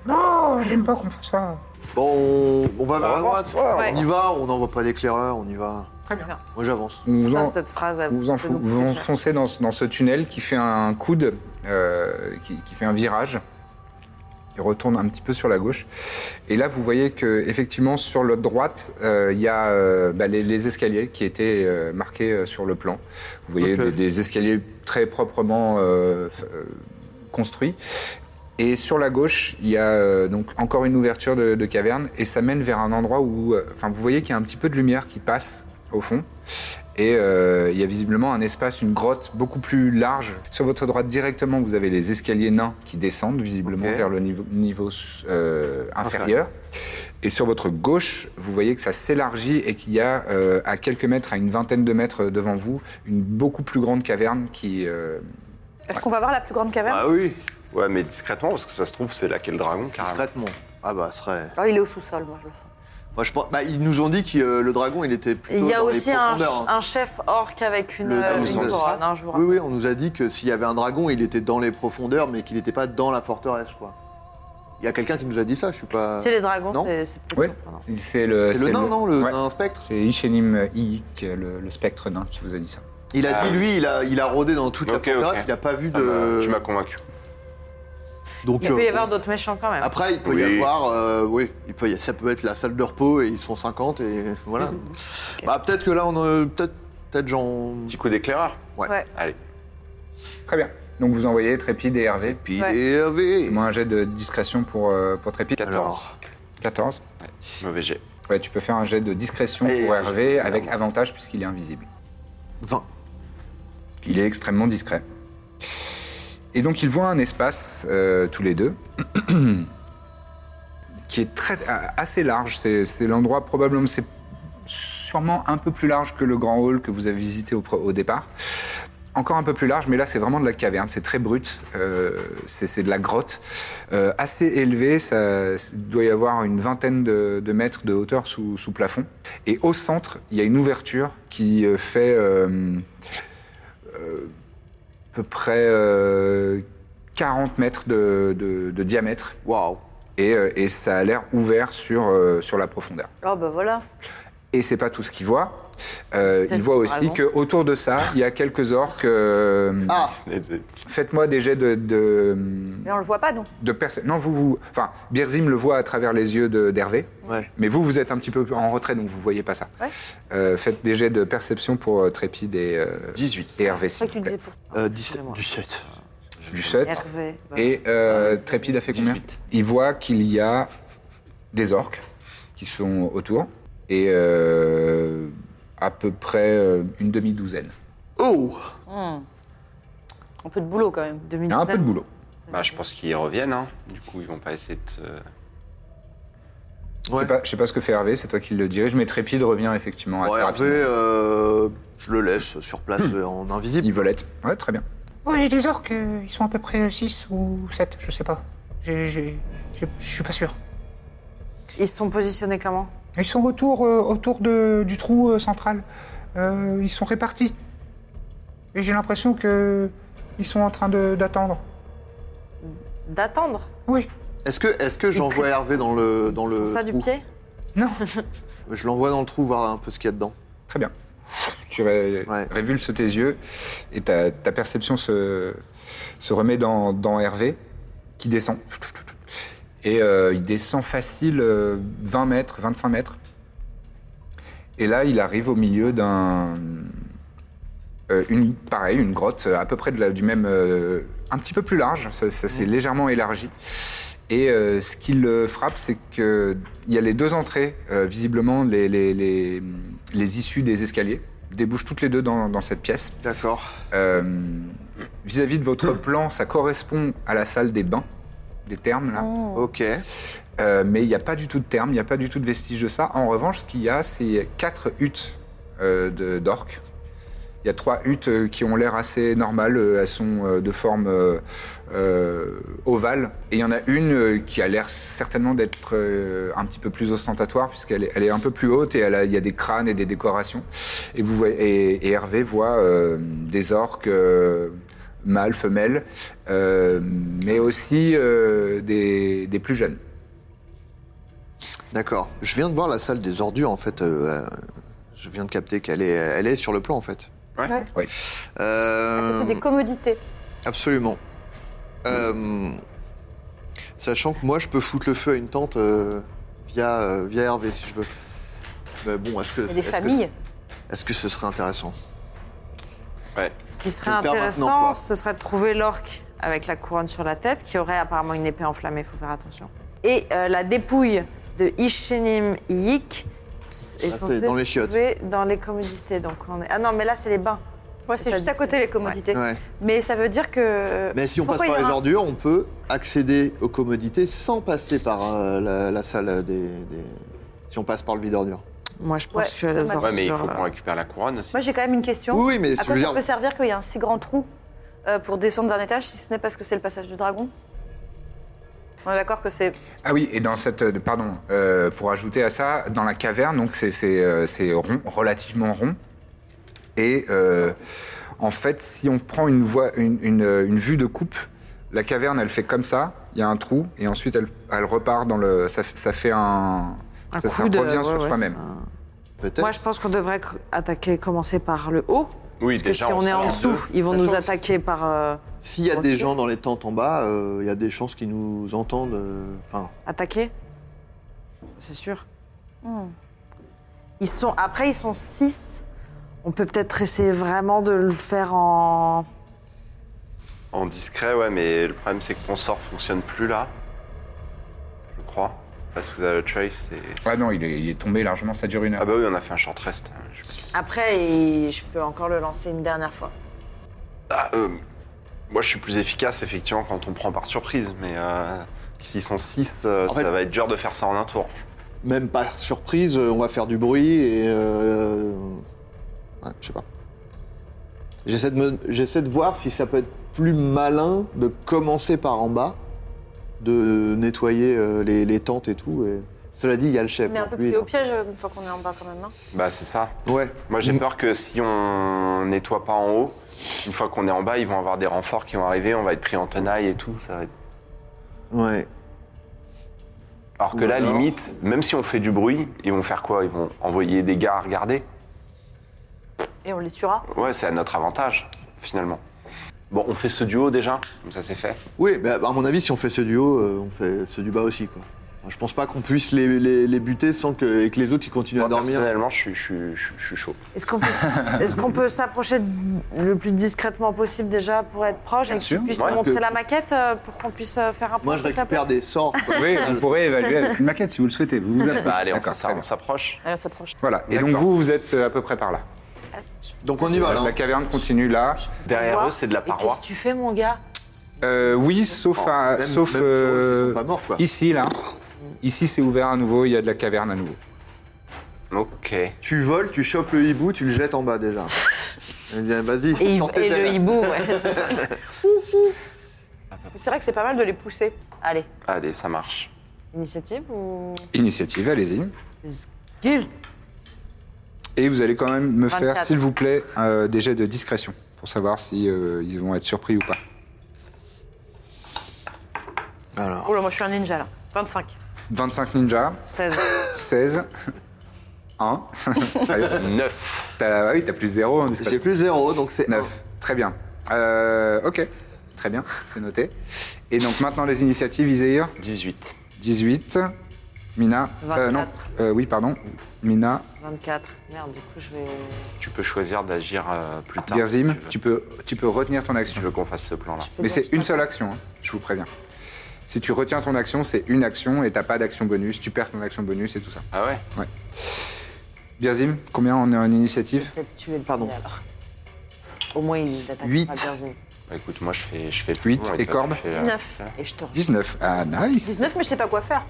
Non, j'aime pas qu'on fasse ça.
Bon, on, on va vers
va
la
voir.
droite.
Ouais, on
On y va, on n'envoie pas d'éclaireur, on y va.
Très
bien.
Moi,
Hein
j'avance.
On vous
Ça,
en-
cette phrase. elle-
Vous vous, enfo-
elle nous
vous vous
coûte cher.
enfoncez dans, ce- dans ce tunnel qui fait un coude, euh, qui, qui fait un virage. Il retourne un petit peu sur la gauche. Et là, vous voyez que effectivement sur la droite, euh, il y a euh, bah, les, les escaliers qui étaient euh, marqués euh, sur le plan. Vous voyez
Ok.
des, des escaliers très proprement euh, f- euh, construits. Et sur la gauche, il y a euh, donc encore une ouverture de, de caverne et ça mène vers un endroit où, euh, enfin, vous voyez qu'il y a un petit peu de lumière qui passe au fond. Et euh, il y a visiblement un espace, une grotte beaucoup plus large. Sur votre droite, directement, vous avez les escaliers nains qui descendent visiblement
Ok.
vers le niveau, niveau, euh, inférieur. Et sur votre gauche, vous voyez que ça s'élargit et qu'il y a euh, à quelques mètres, à une vingtaine de mètres devant vous, une beaucoup plus grande caverne qui, euh,
Est-ce qu'on va voir la plus grande caverne
Ah oui,
Ouais, mais discrètement, parce que ça se trouve, c'est laquelle dragon, carrément.
discrètement. Ah bah, ce serait.
Oh,
Ah, Il est au sous-sol, moi je le sens.
Moi, je pense. Bah, ils nous ont dit que euh, le dragon, il était plutôt
Il y a
dans les
aussi un,
profondeurs. hein.
un chef orc avec une,
Le-
euh,
le-
une
le-
couronne, hein, je vous
Oui,
rappelle.
oui, on nous a dit que s'il y avait un dragon, il était dans les profondeurs, mais qu'il n'était pas dans la forteresse, quoi. Il y a quelqu'un qui nous a dit ça, je suis
Ah.
pas...
Tu sais, les dragons,
Non.
c'est c'est peut-être
Ouais.
surprenant.
C'est le,
C'est le nain, non Le
ouais.
nain spectre
C'est Ichenim Iik, le, le spectre nain, qui vous a dit ça.
Il a
Ah,
dit,
oui.
lui, il a, il a rôdé dans toute
Ok,
la forteresse,
ok.
il n'a pas vu
Ça m'a-
de...
Tu m'as convaincu.
Donc,
Il peut y
euh,
avoir d'autres méchants quand même.
Ah.
Après, il peut y
Oui.
avoir... euh, oui, il peut, y- ça peut être la salle de repos et ils sont 50 et voilà.
Mhm.
Bah, peut-être que là, on a peut-être peut genre.
Petit coup d'éclaireur
Ouais.
Ouais.
Allez.
Très bien. Donc vous envoyez Trépide et Hervé.
Puis
Ouais.
et Hervé.
Moi, un jet de discrétion pour, euh, pour Trépide.
Alors,
14.
Mauvais jet.
Ouais, tu peux faire un jet de discrétion
Et-
pour Hervé
Merde.
avec avantage puisqu'il est invisible.
20.
Il est extrêmement discret. Et donc ils voient un espace, euh, tous les deux, qui est très, a- assez large. C'est c'est l'endroit probablement, c'est sûrement un peu plus large que le grand hall que vous avez visité au, pro- au départ. Encore un peu plus large, mais là c'est vraiment de la caverne, c'est très brut, euh, c'est c'est de la grotte, Euh, assez élevée, ça, ça doit y avoir une vingtaine de, de mètres de hauteur sous, sous plafond. Et au centre, il y a une ouverture qui euh, fait euh, à peu près euh, 40 mètres de, de- de diamètre
Waouh.
et, euh, et ça a l'air ouvert sur, euh, sur la profondeur.
Oh, bah voilà.
Et c'est pas tout ce qu'ils voient. Euh, ils voient aussi
Vraiment.
que autour de ça, il y a quelques orques. euh,
Ah,
Faites-moi des jets de, de,
Mais on
Ah,
le voit pas, nous.
de perce- Non, vous, vous. Enfin, Birzim le voit à travers les yeux de- d'Hervé.
Ouais.
Mais vous, vous êtes un petit peu en retrait, donc vous voyez pas ça.
Ouais.
Euh, faites des jets de perception pour euh, Trépide et, euh,
18.
et Hervé.
C'est
s'il
vrai que tu
vous
le
plaît.
disais pour.
Euh, 17. 17.
Du sept.
Hervé. bah,
Et euh, Trépide a fait combien
18.
Il voit qu'il y a des orques qui sont autour et euh, à peu près euh, une demi-douzaine.
Oh
Un peu de boulot quand même.
Il y a un peu de boulot.
Bah, je pense qu'ils reviennent, hein. Du coup, ils vont pas essayer de. se-
Je sais pas- Je sais pas ce que fait Hervé, c'est toi qui le dirige, mais Trépide revient effectivement assez
Ouais, Hervé,
rapidement.
euh, je le laisse sur place euh, en invisible.
Il volette. Ouais, très bien.
Ouais, les orques, euh, ils sont à peu près 6 ou 7, je sais pas. J'ai- j'ai- j'ai- Je suis pas sûr.
Ils se sont positionnés comment
Ils sont autour, euh, autour de, du trou euh, central. Euh, ils sont répartis. Et j'ai l'impression que ils sont en train de- d'attendre.
D'attendre
Oui.
Est-ce que, est-ce que j'envoie Hervé dans le, dans le
Ça du
trou
pied
Non.
Je l'envoie dans le trou voir un peu ce qu'il y a dedans.
Très bien. Tu ré-
Ouais.
révulses tes yeux et ta, ta perception se, se remet dans, dans Hervé qui descend. Et euh, il descend facile euh, 20 mètres, 25 mètres. Et là, il arrive au milieu d'un. euh, une, pareil, une grotte euh, à peu près de la- du même. euh, un petit peu plus large, ça, ça s'est légèrement élargi. Et euh, ce qui le frappe, c'est qu'il y a les deux entrées, euh, visiblement les, les, les- les issues des escaliers, débouchent toutes les deux dans, dans cette pièce.
D'accord.
Euh, Vis-à-vis de votre plan, ça correspond à la salle des bains, des thermes là.
Hmm.
Ok.
Euh, mais il n'y a pas du tout de terme, il n'y a pas du tout de vestige de ça. En revanche, ce qu'il y a, c'est quatre huttes euh, de- d'orques. Il y a trois huttes euh, qui ont l'air assez normales, euh, elles sont euh, de forme euh, euh, ovale. Et il y en a une euh, qui a l'air certainement d'être euh, un petit peu plus ostentatoire, puisqu'elle est, elle est un peu plus haute et elle a- il y a des crânes et des décorations. Et, vous voyez, et, et Hervé voit euh, des orques euh, mâles, femelles, euh, mais aussi euh, des- des plus jeunes.
D'accord. Je viens de voir la salle des ordures, en fait. euh, euh, je viens de capter qu'elle est, elle est sur le plan, en fait.
Ouais.
Ouais.
Oui.
Euh,
C'est des commodités.
absolument. Euh, sachant que moi, je peux foutre le feu à une tente euh, via, euh, via Hervé, si je veux. Mais bon, est-ce que...
Il y a des
est-ce que-
familles.
Est-ce que ce serait intéressant
Ouais.
Ce qui serait
Faut le faire maintenant,
intéressant,
quoi.
ce serait de trouver l'orque avec la couronne sur la tête, qui aurait apparemment une épée enflammée, faut faire attention. Et euh, la dépouille de Ishenim Yik est
Ça,
censée
c'est dans
se
les chiottes.
trouver dans les commodités. Donc on est... Ah non, mais là, c'est les bains.
Ouais, c'est
T'as
juste à
dit,
côté
c'est-
les commodités.
Ouais.
Mais ça veut dire que.
Mais si on
Pourquoi
passe
il y
par les
en a un
ordures, on peut accéder aux commodités sans passer par euh, la, la salle des, des- Si on passe par le vide ordure.
Moi, je
Ouais,
pense que les euh,
ouais,
ordures...
Ouais, mais il faut
là.
qu'on récupère la couronne aussi.
Moi, j'ai quand même une question.
Oui, oui, mais
À
si tu
quoi
veux
ça
dire.
peut servir qu'il y a un si grand trou euh, pour descendre d'un étage si ce n'est parce que c'est le passage du dragon On est d'accord que c'est.
Ah oui, et dans cette, euh, pardon, euh, pour ajouter à ça, dans la caverne, donc c'est c'est, euh, c'est rond, relativement rond, et euh, en fait, si on prend une, voie, une, une, euh, une vue de coupe, la caverne, elle fait comme ça, il y a un trou, et ensuite elle, elle repart dans le, ça, f- ça fait un,
Un
ça, ça
coup de-
revient
ouais,
sur
ouais,
soi-même.
ça-
Peut-être.
Moi, je pense qu'on devrait cr- attaquer, commencer par le haut.
Oui,
Parce que si on est en dessous, ils vont
Sachant
nous
que-
attaquer par... euh,
S'il y a
on
des
tire.
gens dans les tentes en bas, euh, il y a des chances qu'ils nous entendent. euh, Enfin,
attaquer c'est sûr.
Hmm.
Ils sont, après, ils sont six. On peut peut-être essayer vraiment de le faire en...
En discret, ouais, mais le problème c'est que ton sort fonctionne plus là. Je crois. Parce que la trace, c'est.
Ah non, il est, il est tombé largement, ça dure une heure.
Ah bah oui, on a fait un chant rest. hein,
Après, il- je peux encore le lancer une dernière fois.
Ah, euh, moi, je suis plus efficace, effectivement, quand on prend par surprise, mais euh, s'ils sont 6,
En
ça
fait-
va être dur de faire ça en un tour.
Même pas surprise, euh, on va faire du bruit et. euh, ouais, je sais pas. J'essaie de, me- j'essaie de voir si ça peut être plus malin de commencer par en bas, de nettoyer euh, les, les tentes et tout. Et... Cela dit, il y a le chef.
On est un
donc
peu
lui,
plus au piège euh, une fois qu'on est en bas quand même. hein.
Bah, c'est ça.
Ouais.
Moi, j'ai peur que si on nettoie pas en haut, une fois qu'on est en bas, ils vont avoir des renforts qui vont arriver, on va être pris en tenaille et tout. Ça va être...
Ouais.
Alors que
Ou
là,
alors-
limite, même si on fait du bruit, ils vont faire quoi Ils vont envoyer des gars à regarder
Et on les tuera.
Ouais, c'est à notre avantage, finalement. Bon, on fait ce duo déjà, comme ça c'est fait.
Oui, bah, à mon avis, si on fait ceux du haut, euh, on fait ceux du bas aussi. Quoi. Je pense pas qu'on puisse les, les- les buter sans que, et que les autres ils continuent
Moi,
à dormir.
personnellement, je suis- je suis- je suis je suis chaud.
Est-ce qu'on peut, est-ce qu'on peut s'approcher de- le plus discrètement possible déjà pour être proche et que tu
sûr.
puisses
Ouais,
nous montrer
que-
la maquette euh, pour qu'on puisse euh, faire un point
Moi, je
s'il te plaît
récupère des sorts. quoi.
Oui, bah, vous pourrez évaluer avec une maquette si vous le souhaitez. Vous vous approchez.
Bah allez, on fait
D'accord,
ça,
très
on
bien.
s'approche.
Allez, on s'approche.
Voilà. Et donc
D'accord.
vous, vous êtes euh, à peu près par là.
Donc on y va. là. hein.
La caverne continue là.
Derrière
Moi,
eux, c'est de la
Et qu'est-ce
paroi.
que tu fais, mon gars
Euh, oui, sauf, à-
Même-
sauf
même chose,
euh,
ils sont pas morts, quoi.
ici là. Ici, c'est ouvert à nouveau. Il y a de la caverne à nouveau.
Ok.
Tu voles, tu chopes le hibou, tu le jettes en bas déjà. Et bien, Vas-y,
Et, il-
sortez
et
de
le
là.
hibou, ouais. c'est ça.
Mais C'est vrai que c'est pas mal de les pousser.
Allez,
Allez, ça marche.
initiative ou
Initiative, allez-y.
Gil
Et vous allez quand même me faire,
24.
s'il vous plaît, euh, des jets de discrétion pour savoir si euh, ils vont être surpris ou pas.
Alors,
Oh là, moi je suis un ninja là. 25.
25 ninja,
16.
16, 1. Euh.
9.
T'as, ah oui, t'as plus 0 en discrétion.
j'ai plus zéro, donc c'est
9. Très bien. Euh, ok. Très bien, c'est noté. Et donc maintenant les initiatives, Iséir,
18.
18. Mina. euh, non. Euh, oui, pardon. Mina.
24. Merde, du coup, je vais.
Tu peux choisir d'agir euh, plus tard.
Birzim,
si tu veux,
tu peux, tu peux retenir ton
Si tu
action.
veux qu'on fasse ce plan-là.
Mais c'est une seule action, hein, je vous préviens. Si tu retiens ton action, c'est une action et t'as pas d'action bonus, tu perds ton action bonus et tout ça.
Ah ouais
Birzim, combien on est en initiative
Peut-être tuer le
Pardon.
premier, alors. Au moins, il attaque
Huit.
pas Birzim.
Bah écoute, moi je fais, je fais
Huit,
tout,
et
toi,
Corbe
tu fais, euh,
19.
Et je te reviens.
19. Ah, nice
19, mais je sais pas quoi faire.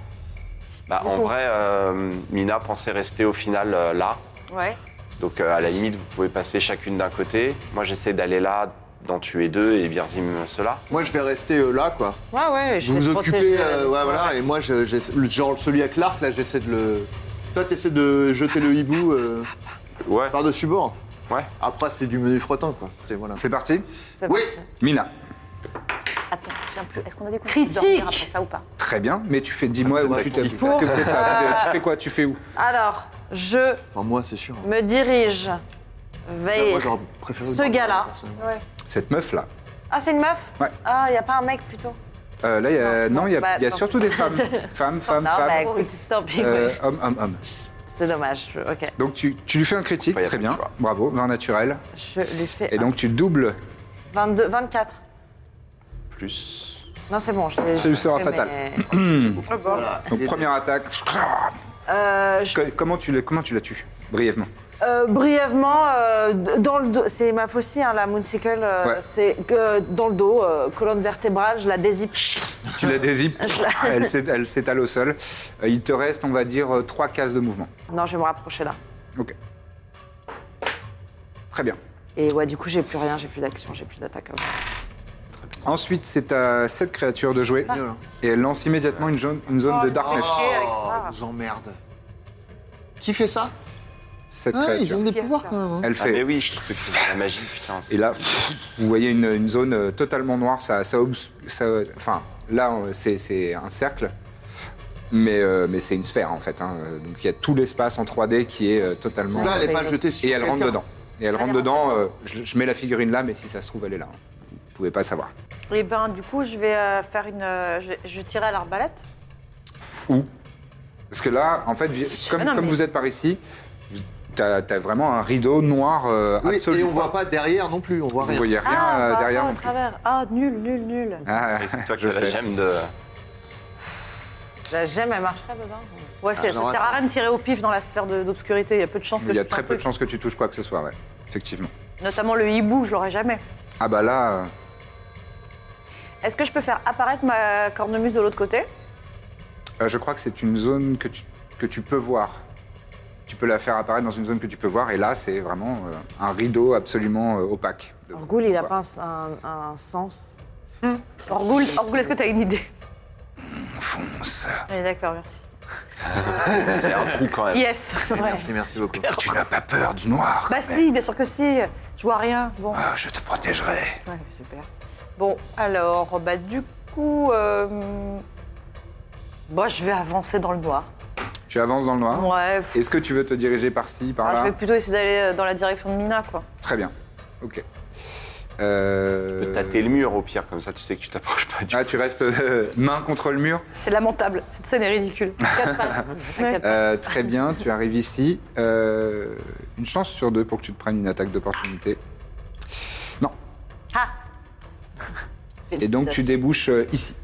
Bah en vrai, euh, Mina pensait rester au final euh, là.
Ouais.
Donc euh, à la limite, vous pouvez passer chacune d'un côté. Moi j'essaie d'aller là, d'en tuer deux et Birzim euh, cela.
Moi, je vais rester euh, là, quoi.
Ouais, ouais, je
Vous
vais
vous
te
occupez,
protéger,
euh,
vas-y.
ouais, voilà. Et moi, je- j'essa- le- genre celui avec l'arc, là, j'essaie de le. Toi, t'essaies de jeter le hibou euh,
Ouais.
par-dessus bord.
Ouais.
Après, c'est du menu frottin, quoi. Et voilà.
C'est parti
C'est
Oui.
parti.
Mina.
Attends, je viens plus. Est-ce qu'on a des comptes
Critique
dormir après ça ou pas
Très bien, mais tu fais,
Ah,
dis-moi où
Ouais,
tu t'appuies.
pour-
Parce que peut-être pas. Tu fais quoi Tu fais où
Alors, je
Enfin, moi, c'est sûr.
me dirige
Là,
vers
moi, j'aurais préféré.
ce
dormir,
gars-là.
personnellement.
Cette meuf-là.
Ah, c'est une meuf
Ouais.
Ah, il n'y a pas un mec plutôt
Euh, là, il y a-
Non,
non, il y a,
bah,
il y a
non.
surtout des femmes. Femmes, femmes,
Non, bah
femmes.
écoute, tant pis.
Euh,
ouais.
homme, homme, homme.
C'est dommage. Ok.
Donc tu, tu lui fais un critique,
Ouais, y a
très
pas de
bien.
choix.
Bravo, 20 naturel.
Je lui fais
Et donc tu doubles.
22, 24.
Plus.
Non, c'est bon. Je l'ai-
Ça lui sera
je l'ai fait,
fatal.
mais-
Donc première attaque.
Euh, je-
Co- Comment tu, la- comment tu la tues Brièvement.
euh, brièvement, euh, d- dans le dos, c'est ma faucille, hein, la Moonsicle. euh,
Ouais.
C'est que dans le dos, euh, colonne vertébrale, je la dézippe.
Tu la dézippes, elle s'é- elle s'étale au sol. Euh, Il te reste, on va dire, euh, trois cases de mouvement.
Non, je vais me rapprocher là.
Ok. Très bien.
Et ouais, du coup, j'ai plus rien, j'ai plus d'action, j'ai plus d'attaque. hein.
Ensuite, c'est à cette créature de jouer.
Ah.
Et elle lance immédiatement une zone, une zone de darkness.
Oh, vous emmerde. Qui fait ça
Cette
Ah, ils
créature.
ont des pouvoirs quand même. hein.
Elle
Ah mais
fait.
oui, je trouve que c'est de la magie, putain. c'est-
Et là, pff, vous voyez une, une zone euh, totalement noire. Ça, ça, obs- ça- euh, enfin, là, euh, c'est- c'est un cercle, mais, euh, mais c'est une sphère en fait. hein. Donc il y a tout l'espace en 3D qui est euh, totalement.
Là, elle est pas jetée sur.
Et elle rentre
quelqu'un.
dedans. Et elle rentre dedans. euh, je, je mets la figurine là, mais si ça se trouve, elle est là. hein. Vous pouvez pas savoir.
Et ben, du coup, je vais euh, faire une. euh, je, je vais tirer à l'arbalète.
Où Parce que là, en fait, vi- comme,
Ah non,
comme
mais-
vous êtes par ici, vous- t'as t'as vraiment un rideau noir euh,
Oui,
absolu.
et on voit pas derrière non plus, on voit
Vous
rien.
voyez rien
Ah,
euh,
par
derrière
rapport
non
à
plus.
travers. Ah, nul, nul, nul.
Ah,
Et c'est toi qui
je
as la
sais.
gemme de.
La gemme, elle marcherait dedans.
Ouais, c'est-
Ah,
ça
non,
sert à rien de tirer au pif dans la sphère de- d'obscurité. Il y a peu de chances que
Il y a
je touche
très
un
peu de
truc.
chances que tu touches quoi que ce soit, ouais. Effectivement.
Notamment le hibou, je l'aurais jamais.
Ah bah là, euh,
Est-ce que je peux faire apparaître ma cornemuse de l'autre côté
euh, je crois que c'est une zone que tu, que tu peux voir. Tu peux la faire apparaître dans une zone que tu peux voir, et là, c'est vraiment euh, un rideau absolument euh, opaque.
Orgoul, il a pas un, un- un sens.
Orgoul, Orgoul est-ce que tu as une idée
Fonce,
Oui, d'accord, merci.
C'est un truc quand même.
Yes
Merci, merci beaucoup.
tu n'as pas peur du noir
Bah
quand même.
si, bien sûr que si. Je vois rien. Bon,
Ah, Je te protégerai.
ouais, super. Bon, alors, bah du coup... euh, Bah, je vais avancer dans le noir.
Tu avances dans le noir.
Ouais, pff,
Est-ce que tu veux te diriger par-ci, par-là
Ah, je vais plutôt essayer d'aller euh, dans la direction de Mina, quoi.
Très bien. Ok. Euh,
Tu peux tâter le mur au pire, comme ça tu sais que tu t'approches pas du
Ah, tu restes euh, main contre le mur.
C'est lamentable. Cette scène est ridicule.
Ah, Euh, très bien, tu arrives ici. Euh, une chance sur deux pour que tu te prennes une attaque d'opportunité. Non. Et donc tu débouches euh, ici.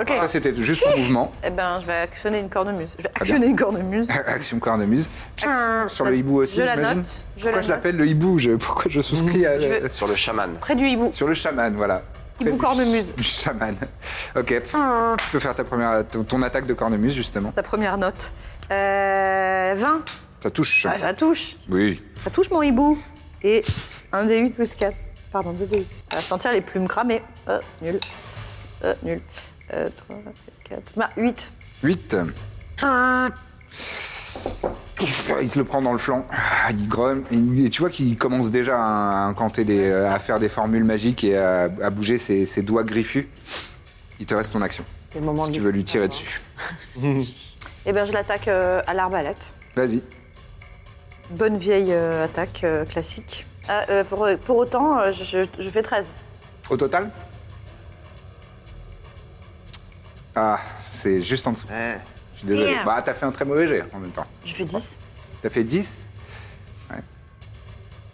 Ok.
Ça, c'était juste pour mouvement.
Eh ben, je vais actionner une cornemuse. Je vais actionner une cornemuse.
Action cornemuse. Action Sur le hibou aussi,
Ah, Je la
j'imagine.
note. Je
Pourquoi
la
je
note.
l'appelle le hibou je- Pourquoi je souscris à...
tout. Sur le chaman.
Près du hibou.
Sur le chaman, voilà.
Hibou
Près du-
cornemuse.
Du chaman. Ok. Tu peux faire ta première, ton, ton attaque de cornemuse, justement.
Ta première note. Euh, 20.
Ça touche.
Ah, ça touche.
Oui.
Ça touche mon hibou. Et 1 D8 plus 4. Pardon, 2 D8 plus 4. On va sentir les plumes cramées. Euh, nul. Euh, nul. Euh, 3, 4. Bah, 8.
8. Il se le prend dans le flanc, Ah, il grogne, et tu vois qu'il commence déjà à incanter des, euh, à faire des formules magiques et à, à bouger ses, ses doigts griffus. Il te reste ton action,
C'est le moment
si
de
tu veux lui tirer dessus.
Eh ben, je l'attaque euh, à l'arbalète.
Vas-y.
Bonne vieille euh, attaque euh, classique. Ah, euh, pour, pour autant, euh, je, je- je fais 13.
Au total Ah, c'est juste en dessous.
Eh,
Je suis désolé.
Damn.
Bah, t'as fait un très mauvais jet en même temps.
Je fais 10.
T'as fait 10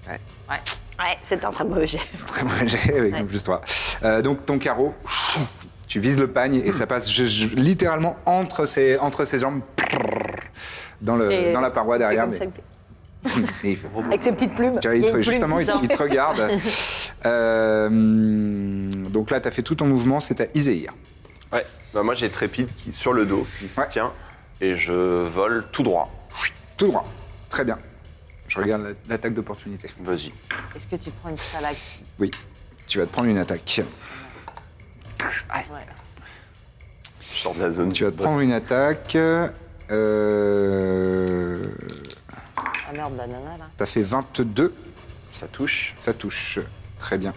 Ouais, c'est un très mauvais jet.
Très mauvais jet avec un plus 3. donc ton carreau, tu vises le pagne et ça passe ju- ju- littéralement entre ses, entre ses jambes, dans, le,
Et-
dans la paroi
C'est
derrière.
comme
mais-
ça que t'es.
et il fait-
Avec ses petites plumes.
Tu vois, il
y a
te-
une plume
justement,
qui
il, te-
sort.
il te regarde. Euh, donc là, tu as fait tout ton mouvement, c'est à Iséir.
Ouais. Bah, moi j'ai Trépide qui sur le dos, qui se
Ouais.
tient, et je vole tout droit.
Tout droit. Très bien. Je regarde la- l'attaque d'opportunité.
Vas-y.
Est-ce que tu te prends une salade
Oui, tu vas te prendre une attaque.
Je sors de la zone.
Tu vas te
de-
prendre une attaque. Euh,
Ah merde, la nana, là.
T'as fait 22.
Ça touche.
Ça touche. Très bien.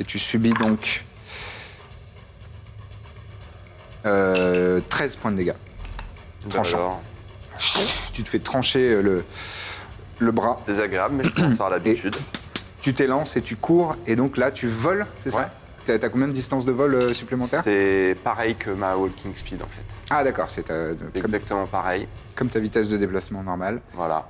Et tu subis donc euh, 13 points de dégâts. Tranchant.
Alors,
Tu te fais trancher euh, le, le bras,
désagréable, mais je pense à l'habitude.
tu t'élances et tu cours, et donc là tu voles, c'est
Ouais.
ça T'as t'as combien de distance de vol euh, supplémentaire
C'est pareil que ma walking speed en fait.
Ah d'accord, c'est euh,
C'est
comme,
exactement pareil.
comme ta vitesse de déplacement normale.
Voilà.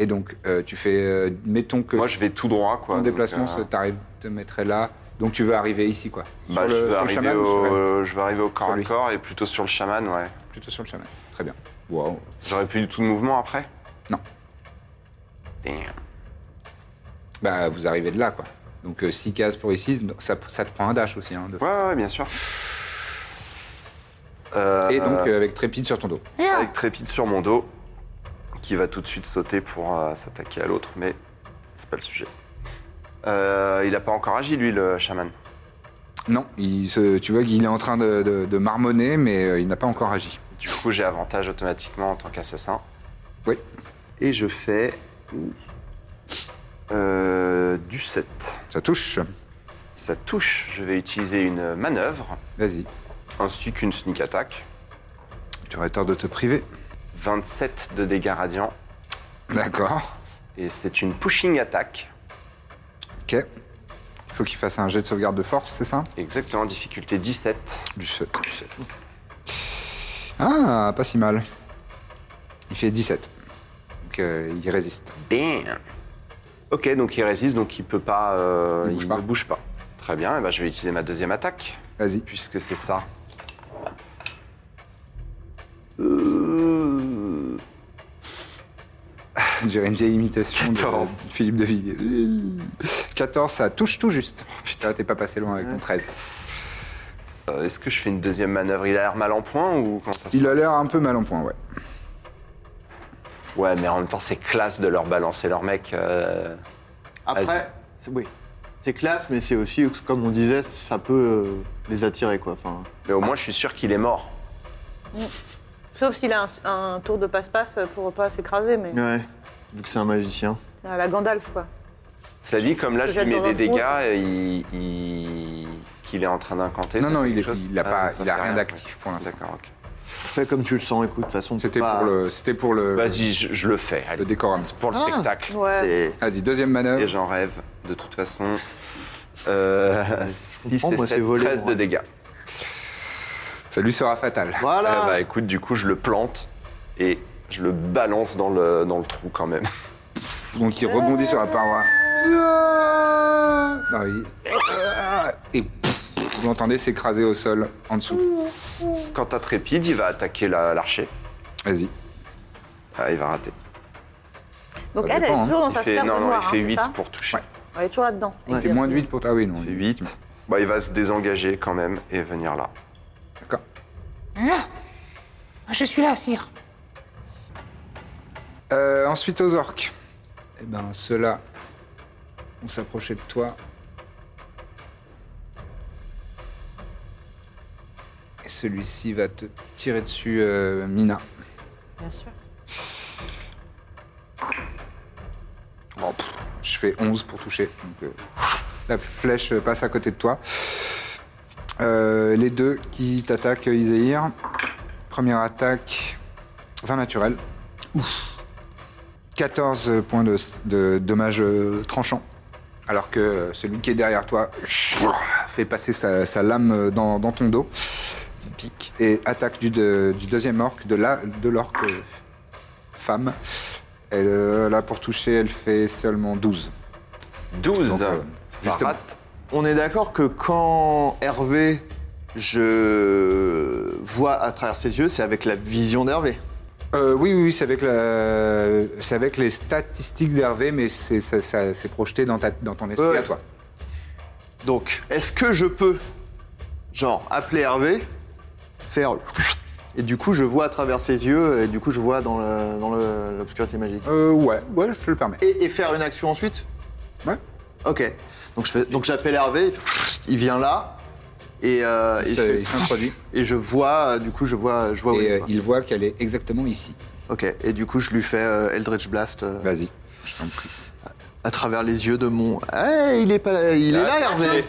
Et donc euh, tu fais, euh, mettons que
Moi je vais tout droit
ton
quoi. donc,
déplacement
euh,
ça t'arrive- te mettrait là, donc tu veux arriver ici quoi
bah, je, veux
le
arriver
chaman ou sur elle
au... je veux arriver au corps
Sur
à
lui.
corps et plutôt sur le chaman, ouais.
Plutôt sur le chaman, très bien. Wow.
J'aurais plus du tout de mouvement après
Non.
Damn.
Bah, vous arrivez de là, quoi. Donc, 6 cases pour ici, ça, ça te prend un dash aussi. Hein, de
Ouais,
faire ça.
ouais, ouais, bien sûr. Euh,
Et donc, euh, avec Trépide sur ton dos.
Avec Trépide sur mon dos, qui va tout de suite sauter pour euh, s'attaquer à l'autre, mais c'est pas le sujet. Euh, il a pas encore agi, lui, le chaman.
Non, il se- tu vois qu'il est en train de, de- de marmonner, mais euh, il n'a pas encore agi.
Du coup, j'ai avantage automatiquement en tant qu'assassin.
Oui.
Et je fais. euh, du 7.
Ça touche.
Ça touche. Je vais utiliser une manœuvre
Vas-y.
ainsi qu'une sneak attack.
Tu aurais tort de te priver.
27 de dégâts radiants.
D'accord.
Et c'est une pushing attack.
Ok. Il faut qu'il fasse un jet de sauvegarde de force, c'est ça
Exactement, difficulté 17.
Du 7. Ah, pas si mal. Il fait 17. Donc euh, il résiste.
Damn. Ok, donc il résiste, donc il peut pas. euh, il
bouge pas.
ne bouge pas. Très bien, et ben, je vais utiliser ma deuxième attaque.
Vas-y.
Puisque c'est ça. Euh,
On dirait une vieille imitation
14.
de Philippe de Vigue. 14, ça touche tout juste.
Oh,
Putain, t'es pas passé loin avec mon 13.
euh, Est-ce que je fais une deuxième manœuvre Il a l'air mal en point ou comment ça se
Il a l'air un peu mal en point, ouais.
Ouais, mais en même temps, c'est classe de leur balancer leur mec. euh, Vas-y.
Après, c'est- oui. C'est classe, mais c'est aussi, comme on disait, ça peut euh, les attirer, quoi. Enfin,
Mais au moins, je suis sûr qu'il est mort.
Sauf s'il a un, un tour de passe-passe pour pas s'écraser, mais
ouais, vu que c'est un magicien.
à la Gandalf, quoi.
Cela dit, comme là,
Parce
je
que
lui
jette
mets
dans un
des
trou,
dégâts et il- il- qu'il est en train d'incanter.
Non,
ça
non,
fait
il,
quelque
est,
chose
il a,
Ah,
pas,
ça
il a
fait
rien
ouais.
d'actif pour l'instant.
D'accord, ok.
Fais comme tu le sens, écoute, de toute façon,
C'était
pas-
pour le, c'était pour le,
bah, Vas-y, je, je le fais. allez.
le décorum.
C'est pour le
Ah.
spectacle.
C'est-
Vas-y, deuxième manœuvre.
Et j'en rêve, de toute façon. Euh, 6
comprends,
et
moi, c'est
7,
volé,
13
moi.
de dégâts.
Ça lui sera fatal.
Voilà
Ah.
Euh, bah écoute, du coup, je le plante et je le balance dans le, dans le trou quand même.
Donc il rebondit sur la paroi.
Ah.
Non, il- Et vous l'entendez s'écraser au sol en dessous.
Quant à Trépide, il va attaquer la- l'archer.
Vas-y.
ah, il va rater.
Donc
Ça
elle, elle
dépend,
est
hein.
toujours dans
Il
sa
fait,
sphère
non,
de
non,
gloire,
il
hein,
fait
c'est
8
ça
pour toucher.
Ouais.
Elle est toujours là-dedans.
Il fait moins de 8 pour toi. Ah oui, non.
Il fait
il-
8. Bah, il va se désengager quand même et venir là.
D'accord.
Ah, Je suis là, sire.
Euh, ensuite aux orques. Eh ben ceux-là vont s'approcher de toi. Et celui-ci va te tirer dessus, euh, Mina.
Bien sûr.
Oh, pff, je fais 11 pour toucher. Donc, euh, la flèche passe à côté de toi. Euh, les deux qui t'attaquent, Iséir. Première attaque, 20 naturel. Ouf. 14 points de, de dommages euh, tranchants. Alors que euh, celui qui est derrière toi fait passer sa, sa lame euh, dans, dans ton dos. pique. Et attaque du, de- du deuxième orc, de la- de l'orque euh, femme. Elle, euh, là, pour toucher, elle fait seulement 12.
12.
Donc, euh,
ça
justement.
rate.
On est d'accord que quand Hervé, je vois à travers ses yeux, c'est avec la vision d'Hervé.
Euh, oui, oui, oui, c'est avec, la... c'est avec les statistiques d'Hervé, mais c'est ça- ça- c'est projeté dans, ta... dans ton esprit
Ouais, ouais.
à toi.
Donc, est-ce que je peux, genre, appeler Hervé, faire... le Et du coup, je vois à travers ses yeux, et du coup, je vois dans le- dans le- l'obscurité magique.
Euh, ouais, ouais, je te le permets.
Et, et faire une action ensuite
Ouais.
Ok. Donc, je fais- donc j'appelle Hervé, il, fait- il vient là, et, euh, et, je,
C'est- Il
fais-
s'introduit
et je vois, euh, du coup, je vois, je vois où il
et
est,
euh,
quoi.
il voit qu'elle est exactement ici.
Ok, et du coup, je lui fais euh, Eldritch Blast euh,
Vas-y, je t'en prie.
à travers les yeux de mon. Ah, il est pas, il est
Ah,
là, Hervé.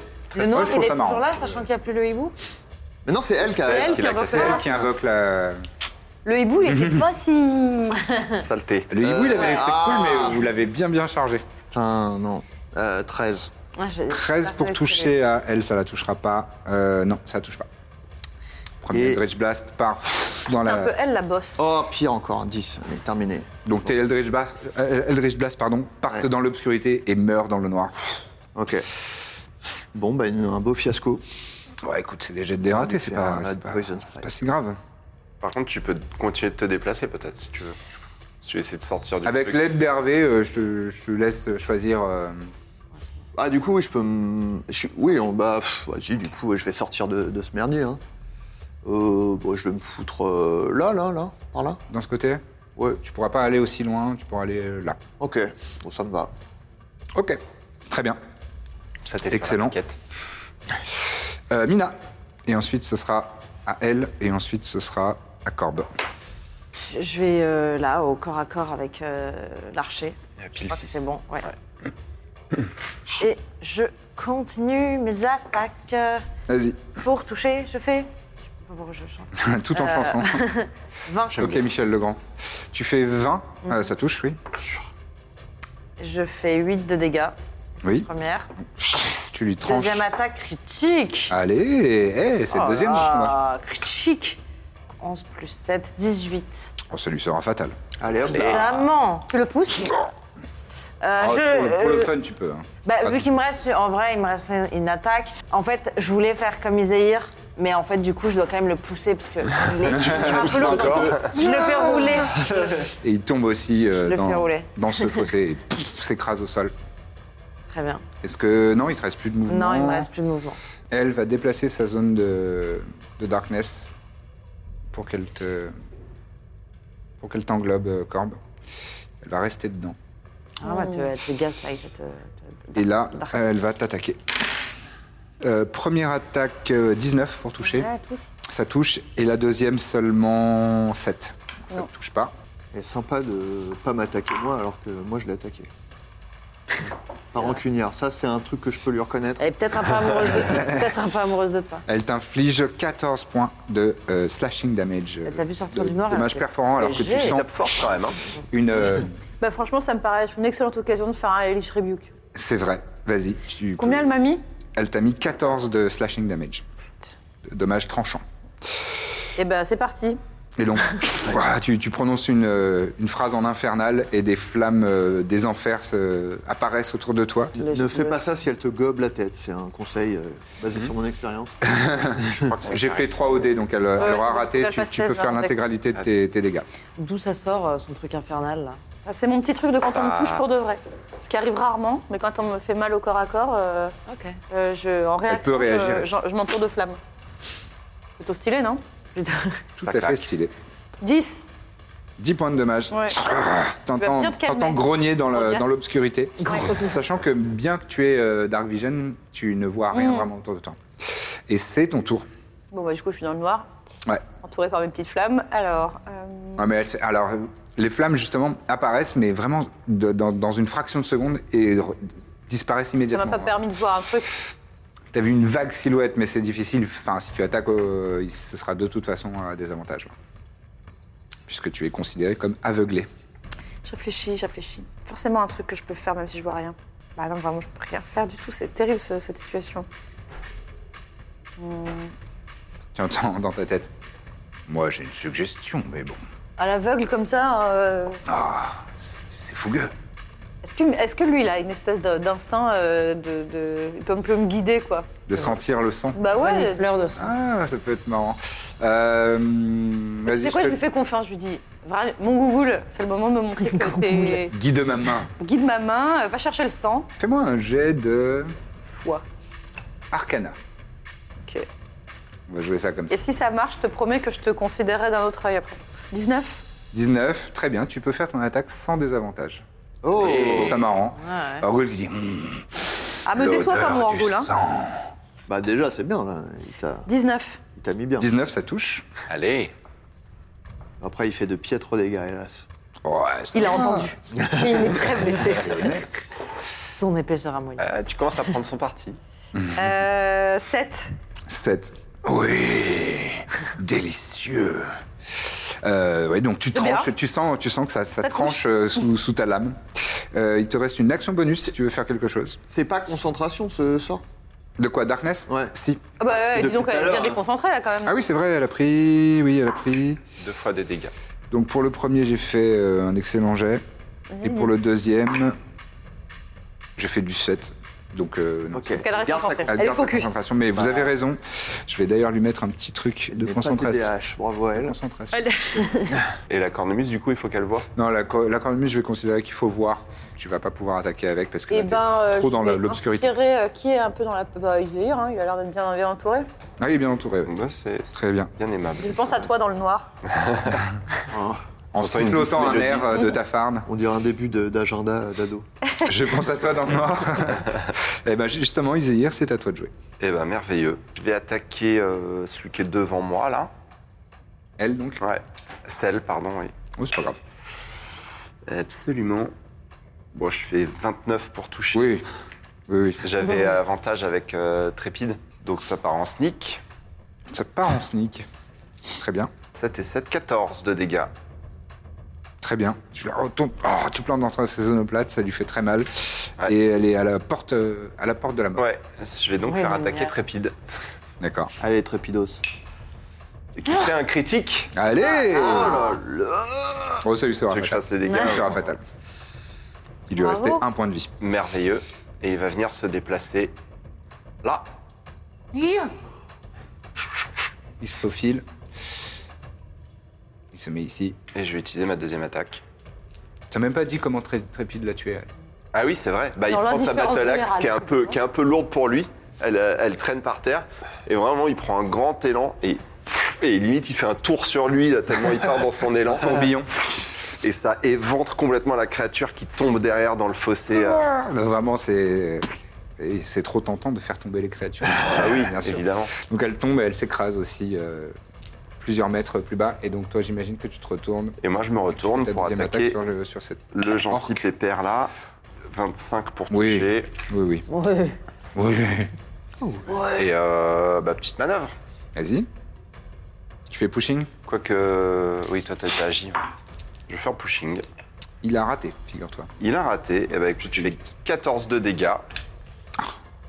moi,
Le nom,
je
il
trouve
est
ça marrant.
toujours là, sachant qu'il n'y a plus le hibou.
Mais non, c'est elle qui a.
elle
qui
qui
l'a
invoque
cassé.
C'est
la
elle
race.
qui invoque la.
Le hibou, il était pas si.
Saleté.
Le hibou, il avait
ouais.
des trucs cool, mais vous l'avez bien, bien chargé.
Putain, non. Euh, 13.
Ouais, j'ai-
13 pour
Personne
toucher à elle, ça la touchera pas. Euh, non, ça la touche pas. Premier
Et-
Eldritch Blast part dans
C'est un peu
la.
elle la bosse.
Oh, pire encore, 10. Allez, terminé.
Donc tes Eldritch, Bla- euh, Eldritch Blast pardon, partent
Ouais.
dans l'obscurité et meurent dans le noir.
Ok. Bon, bah, une- un beau fiasco.
Ouais, écoute, c'est des jets de dératé, c'est
Faire
pas,
un
c'est
ad
pas,
poison
c'est
sprite.
pas si grave.
Par contre, tu peux continuer de te déplacer peut-être si tu veux. Si tu essaies de sortir du
Avec
truc.
l'aide d'Hervé, euh, je, te, je te laisse choisir. euh,
Ah, du coup, oui, je peux. me- je suis- Oui, on... bah, pff, vas-y, du coup, ouais, je vais sortir de, de ce merdier. Hein. Euh, bah, je vais me foutre euh, là, là, là, par là.
dans ce côté.
Ouais.
Tu pourras pas aller aussi loin, tu pourras aller euh, là.
Ok, bon, ça me va.
Ok, très bien.
Ça t'est fait la
Excellent.
plaquette.
Euh, Mina. Et ensuite, ce sera à elle, et ensuite, ce sera à Corbe.
Je vais euh, là, au corps à corps avec euh, l'archer.
Il y a
Je
pile
crois que
six.
c'est bon, ouais. Et je continue mes attaques.
Vas-y,
Pour toucher, je fais. Je sais pas pourquoi je chante.
tout
Euh.
en chanson.
20.
ok, Michel Legrand. Tu fais 20,
Mm.
euh, ça touche, oui.
Je fais 8 de dégâts.
Oui,
Première.
tu lui tranches. eh,
Deuxième attaque critique.
Allez, hey, c'est
Oh
le deuxième.
là, Critique. 11 plus 7, 18.
Oh, ça lui sera fatal.
Allez, hop là.
Évidemment
Tu le pousses
Euh,
Ah,
je-
pour, le, pour le
euh,
fun, tu peux. hein.
bah,
Ah,
vu
tu-
qu'il me reste, en vrai, il me reste une attaque. En fait, je voulais faire comme Isaïr, mais en fait, du coup, je dois quand même le pousser parce que il est un peu lourd. Je le fais rouler.
Et il tombe aussi euh,
euh, Je le fais
dans,
rouler.
dans ce fossé et pff, s'écrase au sol.
Très bien.
Est-ce que. Non, il te reste plus de mouvement.
Non, il me reste plus de mouvement.
Elle va déplacer sa zone de, de darkness pour qu'elle te. pour qu'elle t'englobe, euh, Corbe. Elle va rester dedans.
Ah, bah, tu tu gaslight. tu- tu-
Et là,
Dark.
elle va t'attaquer. Euh, première attaque euh, 19 pour toucher. Ça touche. Et la deuxième seulement 7. Ça ne touche pas.
Et sympa de pas m'attaquer moi alors que moi je l'ai attaqué. Un rancunière, ça c'est un truc que je peux lui reconnaître.
Elle est peut-être un peu amoureuse de, peut-être un peu amoureuse de toi.
Elle t'inflige 14 points de euh, slashing damage. euh,
t'a vu sortir
de-
du noir, elle
Dommage
fait-
perforant alors que tu
Léger.
sens
Tape fort quand même. hein.
une. euh,
Bah, franchement, ça me paraît une excellente occasion de faire un Elish Rebuke.
C'est vrai. Vas-y. tu peux-
Combien elle m'a mis
Elle t'a mis 14 de slashing damage. De- Dommage tranchant.
Eh ben, c'est parti.
Et donc, ouah, tu, tu prononces une, euh, une phrase en infernal et des flammes euh, des enfers se- apparaissent autour de toi.
Ne fais pas ça si elle te gobe la tête, c'est un conseil euh, basé sur mon expérience.
Je crois que c'est
J'ai
pareil.
fait 3 OD, donc elle, euh, elle aura
c'est
raté.
parce
Tu,
que la
tu peux
fastest,
faire
hein,
l'intégralité de tes, tes dégâts.
D'où ça sort euh, son truc infernal là
Ah, C'est mon petit truc de quand on me touche pour de vrai. Ce qui arrive rarement, mais quand on me fait mal au corps à corps, euh,
Ok.
euh, je, en réaction,
peut réagir,
je-
elle.
je, je m'entoure de flammes. Plutôt stylé, non
Tout
Ça
à fait
claque.
stylé.
10
10 points de dommage.
Ouais.
Ah, T'entends
Tu vas bien te calmer.
t'entends grogner dans le-
Grognasse.
dans l'obscurité.
Ouais.
Sachant que bien que tu aies euh, Dark Vision, tu ne vois
Mm.
rien vraiment autour de toi. Et c'est ton tour.
Bon, bah, du coup, je suis dans le noir,
Ouais.
entourée par mes petites flammes. Alors, euh,
Ouais, mais elles se- alors, euh, les flammes, justement, apparaissent, mais vraiment de- dans, dans une fraction de seconde et re- disparaissent
ça m'a
immédiatement.
pas permis de voir un truc.
T'as vu une vague silhouette, mais c'est difficile. Enfin, si tu attaques, euh, il- ce sera de toute façon un désavantage. là. Puisque tu es considéré comme aveuglé.
Je réfléchis, je réfléchis. Forcément un truc que je peux faire même si je vois rien. Bah non, vraiment, je peux rien faire du tout. C'est terrible ce- cette situation.
Tu entends dans ta tête. Moi, j'ai une suggestion, mais bon,
À l'aveugle, comme ça, euh,
c'est c'est fougueux.
Est-ce que, est-ce que lui, il a une espèce de- d'instinct euh, de, de- Il peut, peut me guider, quoi.
De sentir le sang.
Bah ouais.
fleur de sang.
Ah, ça peut être marrant. Euh,
C'est
Vas-y,
quoi,
je
je
te
lui fais confiance, je lui dis, Vra- mon gougoule, c'est le moment de me montrer que t'es...
guide ma main.
Guide ma main, euh, va chercher le sang.
Fais-moi un jet de
Foi.
Arcana.
Ok.
On va jouer ça comme ça.
Et si ça marche, je te promets que je te considérerai d'un autre œil après. 19
19, très bien, tu peux faire ton attaque sans désavantage.
Oh
Je trouve ça marrant.
Ouais, ouais.
Orgul qui dit Hum,
Ah, me déçois pas,
l'odeur
mon
du
orgoule. Hein.
sang.
Bah déjà c'est bien là, il t'a-
19.
il t'a mis bien.
19, ça touche.
Allez.
Après il fait de piètres dégâts hélas.
Ouais, ça
Il a entendu. Il est très blessé.
Son épaisseur à mouiller.
Euh, tu commences à prendre son parti.
Euh, 7.
7. Oui, délicieux. Euh, ouais, donc tu
Eh bien.
tranches, tu sens, tu sens que ça, ça
Ça
tranche euh, sous, sous ta lame. Euh, il te reste une action bonus si tu veux faire quelque chose.
C'est pas concentration ce sort
De quoi Darkness
Ouais.
Si.
Ah bah ouais, dis
Depuis
donc,
tout à
elle est bien
l'heure, hein.
déconcentrée, là, quand même.
Ah oui, c'est vrai, elle a pris. Oui, elle a pris.
Deux fois des dégâts.
Donc pour le premier, j'ai fait euh, un excellent jet. Et pour le deuxième, j'ai fait du 7. Donc euh, non,
Ok.
c'est-
Qu'elle reste
Garde sa-
concentrée.
elle
Elle est
garde sa
focus. Bah.
concentration. Mais vous avez raison. Je vais d'ailleurs lui mettre un petit truc de
Mais pas
concentration.
TDAH, bravo à elle.
Concentration.
Et la cornemuse, du coup, il faut qu'elle voit.
Non, la, cor- la cornemuse, je vais considérer qu'il faut voir. Tu vas pas pouvoir attaquer avec parce que
Et
là, t'es
ben, euh,
trop
je
dans la-
vais
l'obscurité.
inspirer, euh, qui est un peu dans la. Bah, Isaïr, hein, il a l'air d'être bien, bien entouré.
Ah, il est bien entouré. ouais.
Bah, c'est c'est
Très bien.
bien aimable.
Je pense à toi dans le noir.
En
Entends une
sifflotant un
douce
air euh, de ta farne,
Hein. On dirait un début de- d'agenda euh, d'ado.
je pense à toi dans le noir. Et ben justement, Iséir, c'est à toi de jouer.
Eh ben, merveilleux. Je vais attaquer euh, celui qui est devant moi, là.
Elle donc.
Ouais. Celle, pardon, oui.
Oh, c'est pas grave.
Absolument. Bon, je fais 29 pour toucher.
Oui. Oui, oui.
J'avais avantage avec euh, Trépide, donc ça part en sneak.
Ça part en sneak. Très bien.
7 et 7, 14 de dégâts.
Très bien. Tu la retombes. Oh, tu plantes dans ses omoplates, ça lui fait très mal.
Ouais.
Et elle est à la porte, euh, à la porte de la mort.
Ouais, je vais donc
Ouais,
faire
mais
attaquer
merde.
Trépide.
D'accord.
Allez Trépidos.
Et qui fait un critique.
Allez
Ah.
Oh, ça lui sera
Tu veux que je
fatal.
fasse les dégâts
Ça lui sera fatal. Il lui
Bravo.
restait un point de vie.
Merveilleux. Et il va venir se déplacer là.
Il se faufile. Il se met ici.
Et je vais utiliser ma deuxième attaque.
T'as même pas dit comment Tré- Trépide l'a tué. elle.
Ah oui, c'est vrai. Bah, il
Dans
prend sa
l'indifférence
battle axe
générale.
qui est, un peu, qui est un peu lourde pour lui. Elle, euh, elle traîne par terre. Et vraiment, il prend un grand élan et, et limite, il fait un tour sur lui là, tellement il part dans son élan. Ah. Tourbillon. Et ça éventre complètement la créature qui tombe derrière dans le fossé. euh.
Ah, non, vraiment, c'est. et C'est trop tentant de faire tomber les créatures.
Ah oui,
Bien sûr.
évidemment.
Donc elle tombe et elle s'écrase aussi euh, plusieurs mètres plus bas. Et donc toi, j'imagine que tu te retournes.
Et moi, je me retourne
Ta
pour
deuxième
attaquer
attaque sur, le- sur cette.
le gentil
Orc.
pépère là. 25 pour
Oui.
toucher.
Oui, oui. Oui.
Et euh, bah, petite manœuvre.
Vas-y. Tu fais pushing
Quoique. Oui, toi, t'as t'as agi. ouais. Je vais faire pushing.
Il a raté, figure-toi.
Il a raté. Et bah, écoute, tu fais 14 de dégâts.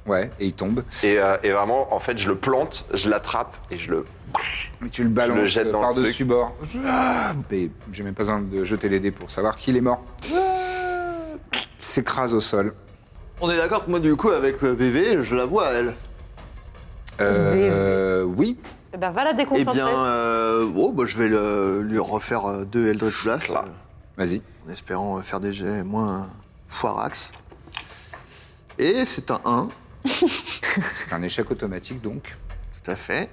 Ouais, et il tombe.
Et, euh, et vraiment, en fait, je le plante, je l'attrape et je le.
Mais tu le balances euh,
Je le jette dans le
par-dessus bord. Ah, Et j'ai même pas besoin de jeter les dés pour savoir qu'il est mort. S'écrase au sol.
On est d'accord que moi, du coup, avec euh, VV, je la vois, elle.
Euh, oui.
Eh ben, va la
Eh
déconcentrer.
bien, euh, oh, bah, je vais le- lui refaire euh, deux Eldritch Blast,
Là.
euh,
Vas-y.
en espérant euh, faire des jets moins foirax. Et c'est un 1,
C'est un échec automatique donc.
tout à fait.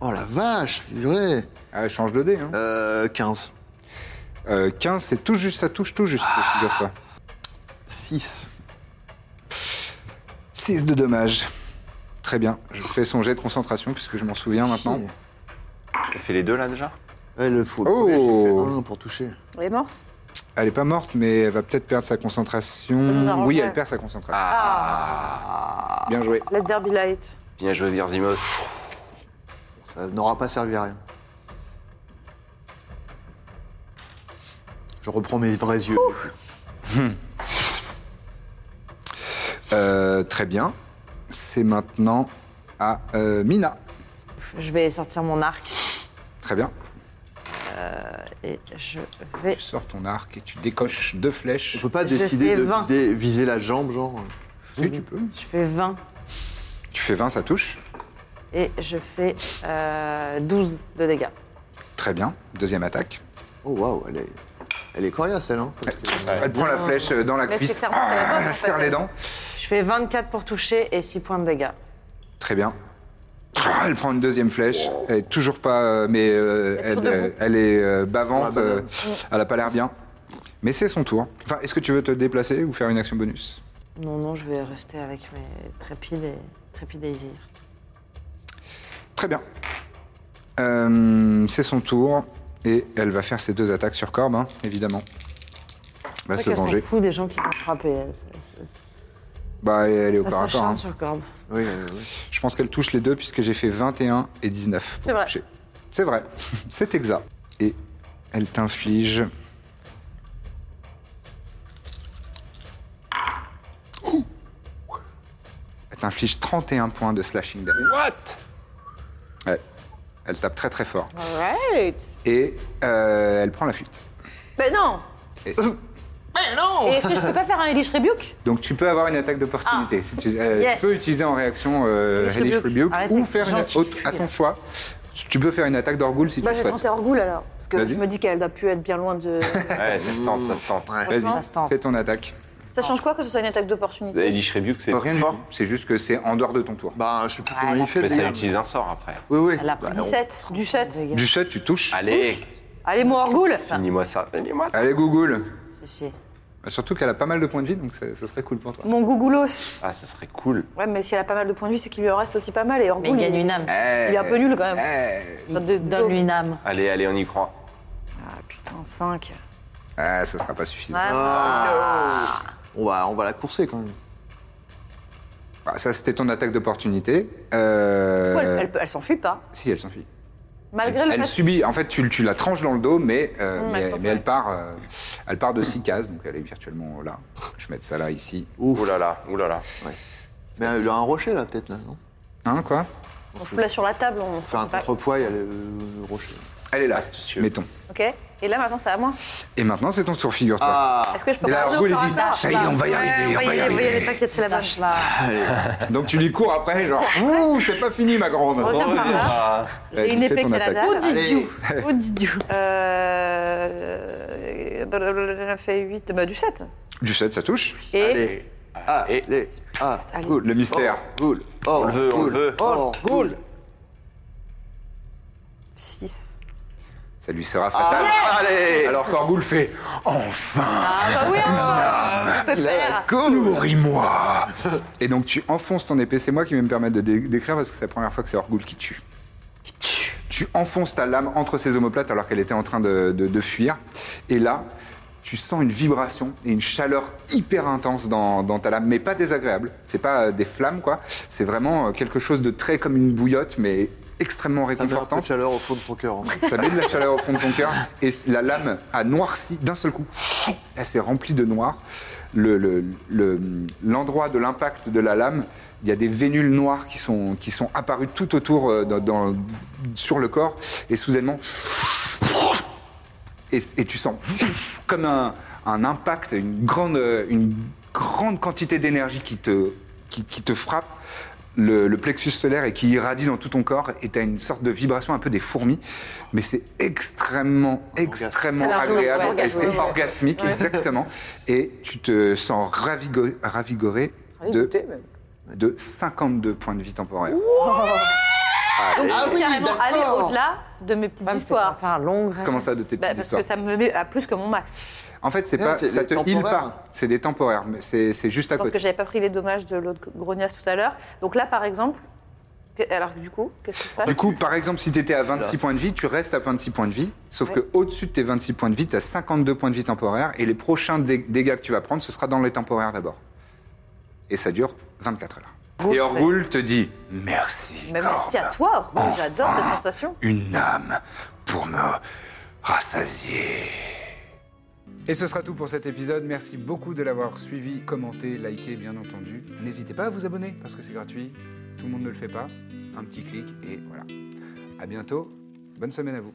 Oh la vache, purée
Ah, change de dé. Hein.
Euh, 15.
Euh, 15, c'est tout juste, ça touche tout juste, figure-toi.
6.
6 de dommage. Très bien. Je fais son jet de concentration puisque je m'en souviens maintenant.
T'as fait les deux là déjà
Ouais, Eh, le fou.
Oh.
un pour toucher.
Elle est morte
Elle est pas morte, mais elle va peut-être perdre sa
nous Ah.
concentration.
arrangerait.
Oui, elle perd sa concentration. Ah. Bien joué.
Let there be light.
Bien joué, Virzimos.
Ça n'aura pas servi à rien. Je reprends mes vrais yeux.
Euh, très bien. C'est maintenant à euh, Mina.
Je vais sortir mon arc
Très bien.
et je vais.
Tu sors ton arc et tu décoches deux
Je
flèches.
peux pas
Je
décider
fais
de
20.
vider- viser la jambe, genre.
Oui, tu peux.
Je fais 20
Tu fais 20, ça touche.
et je fais euh, 12 de dégâts.
Très bien. Deuxième attaque.
Oh waouh, elle est, elle est coriace, elle. Hein, parce que-
Elle prend la flèche euh, dans la
Mais Ah. c'est
cuisse.
clairement, c'est la base, en
Elle
fait.
serre les dents.
Je fais 24 pour toucher et 6 points de dégâts.
Très bien. Ah, Elle prend une deuxième flèche. Elle est toujours pas. euh, Mais euh, elle, euh, elle est euh, bavante.
Ah, bah,
euh, elle a pas l'air bien. Mais c'est son tour. Enfin, est-ce que tu veux te déplacer ou faire une action bonus
Non, non, je vais rester avec mes trépides et, trépides et Izir.
Très bien. Euh, c'est son tour. Et elle va faire ses deux attaques sur Corbe, hein, évidemment. Elle Va se
C'est vrai qu'elle
venger.
s'en fout des gens qui vont frapper. Elle, ça- ça- ça-
Bah, elle est au
elle
par rapport,
s'acharne
hein.
sur Corbe.
Oui, euh, oui.
Je pense qu'elle touche les deux puisque j'ai fait 21 et 19. pour
C'est vrai.
toucher. C'est vrai. C'est exact. Et elle t'inflige. Ouh. Elle t'inflige 31 points de slashing damage.
What
Ouais. Elle tape très très fort.
Alright.
Et euh, elle prend la fuite.
Mais non
Et c'est-
Et est-ce que je peux pas faire un Elish Rebuke
Donc tu peux avoir une attaque d'opportunité. Si tu, euh, tu
Ah. Yes.
peux utiliser en réaction euh,
Hellish
Hellish
Rebuke.
Rebuke
Arrête
ou
avec
faire
ces
une,
gens qui
autre- à
fuient.
ton choix. Tu peux faire une attaque d'orgoule si
Bah,
tu
j'ai
le
tenté
souhaites.
Orgoul alors. Parce que
Vas-y.
je me dis qu'elle a pu être bien loin de.
Ouais, ça se tente, ça se tente.
Ça se tente.
Vas-y, fais ton attaque.
ça change quoi que ce soit une attaque d'opportunité
Elish Rebuke, c'est
Oh, Rien du
fort.
tout. C'est juste que c'est en dehors de ton tour.
Bah, je sais plus comment
Ouais,
il fait.
Mais ça
d'ailleurs.
utilise un sort après.
Oui, oui.
Elle a pris
Bah,
17, du 7.
dégâts.
Bah, Du 7, tu touches.
Allez,
Allez, mon Orgoul
finis-moi ça, finis-moi ça.
Allez, Google. Bah,
Ceci.
Surtout qu'elle a pas mal de points de vie, donc ça, ça serait cool pour toi.
Mon Gougoulos.
Ah, ça serait cool.
Ouais, mais si elle a pas mal de points de vue, c'est qu'il lui en reste aussi pas mal. Et
Mais
Orgoul.
il gagne une âme.
Il est un peu nul quand même.
Eh,
Enfin, de-
Donne-lui une âme.
Allez, allez, on y croit.
Ah putain, 5.
ah, ça sera pas suffisant.
On va, on va la courser quand même.
Bah, ça, c'était ton attaque d'opportunité. Euh,
Elle, elle peut- elle s'enfuit pas.
Si, elle s'enfuit.
Malgré le
Elle
fait
subit. En fait, tu, tu la tranches dans le dos, mais, euh,
elle
mais, mais elle,
s'enfuit.
part, euh, elle part de 6 cases, donc elle est virtuellement là. Je vais mettre ça là, ici.
Ouh là là, ouh là là.
euh, Mais il y a un rocher là, peut-être là, non
Hein, quoi
On se là sur la table, on
Faire un
pas-
contrepoids, il y a le, le rocher.
Elle est là, mettons.
Ok. Et là maintenant c'est à moi.
Et maintenant, c'est ton tour, figure-toi.
Est-ce que je peux
Et là,
prendre
Argo,
le
elle
tour
dit,
par
ça y est, on va y
Ouais,
arriver, on va y arriver.
t'inquiète, c'est la bonne.
Allez. Donc tu lui cours après, genre, ouh, c'est pas fini, ma grande.
Reviens par là.
Ah.
Ouais,
J'ai une
hein. Eh, tu
épée
fais ton
qui a la
attaque.
dalle.
Oh, Didiou.
Allez.
Oh, Didiou. Euh... Elle a fait 8, bah, du 7.
Du 7, ça touche.
Et
Ah, les, ah, cool.
Le mystère.
Cool. Oh,
On le veut, on
cool.
le veut.
Oh, cool.
6.
Ça lui sera fatal.
Allez
Alors qu'Orgoul fait Enfin
Ah bah oui, on peut faire.
Nourris-moi Et donc tu enfonces ton épée, c'est moi qui vais me permettre de dé- décrire parce que c'est la première fois que c'est Orgoul qui tue. Tu enfonces ta lame entre ses omoplates alors qu'elle était en train de, de- de fuir. Et là, tu sens une vibration et une chaleur hyper intense dans, dans ta lame, mais pas désagréable. C'est pas euh, des flammes, quoi. C'est vraiment euh, quelque chose de très comme une bouillotte, mais extrêmement
Ça met un peu
réconfortant.
de chaleur au fond de ton cœur. hein. en fait.
Ça met de la chaleur au fond de ton cœur et la lame a noirci d'un seul coup. Elle s'est remplie de noir. L'endroit le, le- l'endroit de l'impact de la lame, il y a des vénules noires qui sont, qui sont apparues tout autour euh, dans- dans- sur le corps et soudainement. Et, et tu sens comme un, un impact, une grande, une grande quantité d'énergie qui te, qui, qui te frappe le, le plexus solaire et qui irradie dans tout ton corps et tu as une sorte de vibration un peu des fourmis, mais c'est extrêmement, extrêmement
C'est la joie,
agréable
ouais,
et c'est
orgasme.
orgasmique, exactement. Et tu te sens ravigo- ravigoré
Ah
de, de 52 points de vie temporaire.
Donc,
Ah
je peux
oui,
carrément
d'accord.
aller au-delà de mes petites histoires.
Enfin, long rêve.
Comment ça, de tes
Bah,
petites
parce que
histoires
ça me met à plus que mon max.
En fait, c'est
Non,
pas,
c'est
ça
des
te heal
temporaires.
pas, c'est des temporaires, mais c'est c'est juste à
Parce que
côté.
j'avais pas pris les dommages de l'autre grognasse tout à l'heure. Donc là, par exemple. que- Alors, du coup, qu'est-ce qui se passe
Du coup, par exemple, si tu étais à 26 points de vie, tu restes à 26 points de vie. Sauf que au-dessus de tes 26 points de vie, tu as 52 points de vie temporaires. Et les prochains dé- dégâts que tu vas prendre, ce sera dans les temporaires d'abord. Et ça dure 24 heures. et Orgul te dit Merci,
Mais
Corbe.
merci Bah à toi, Orgo, j'adore cette sensation.
une âme pour me rassasier. Et ce sera tout pour cet épisode. Merci beaucoup de l'avoir suivi, commenté, liké, bien entendu. N'hésitez pas à vous abonner parce que c'est gratuit. Tout le monde ne le fait pas. Un petit clic et voilà. À bientôt. Bonne semaine à vous.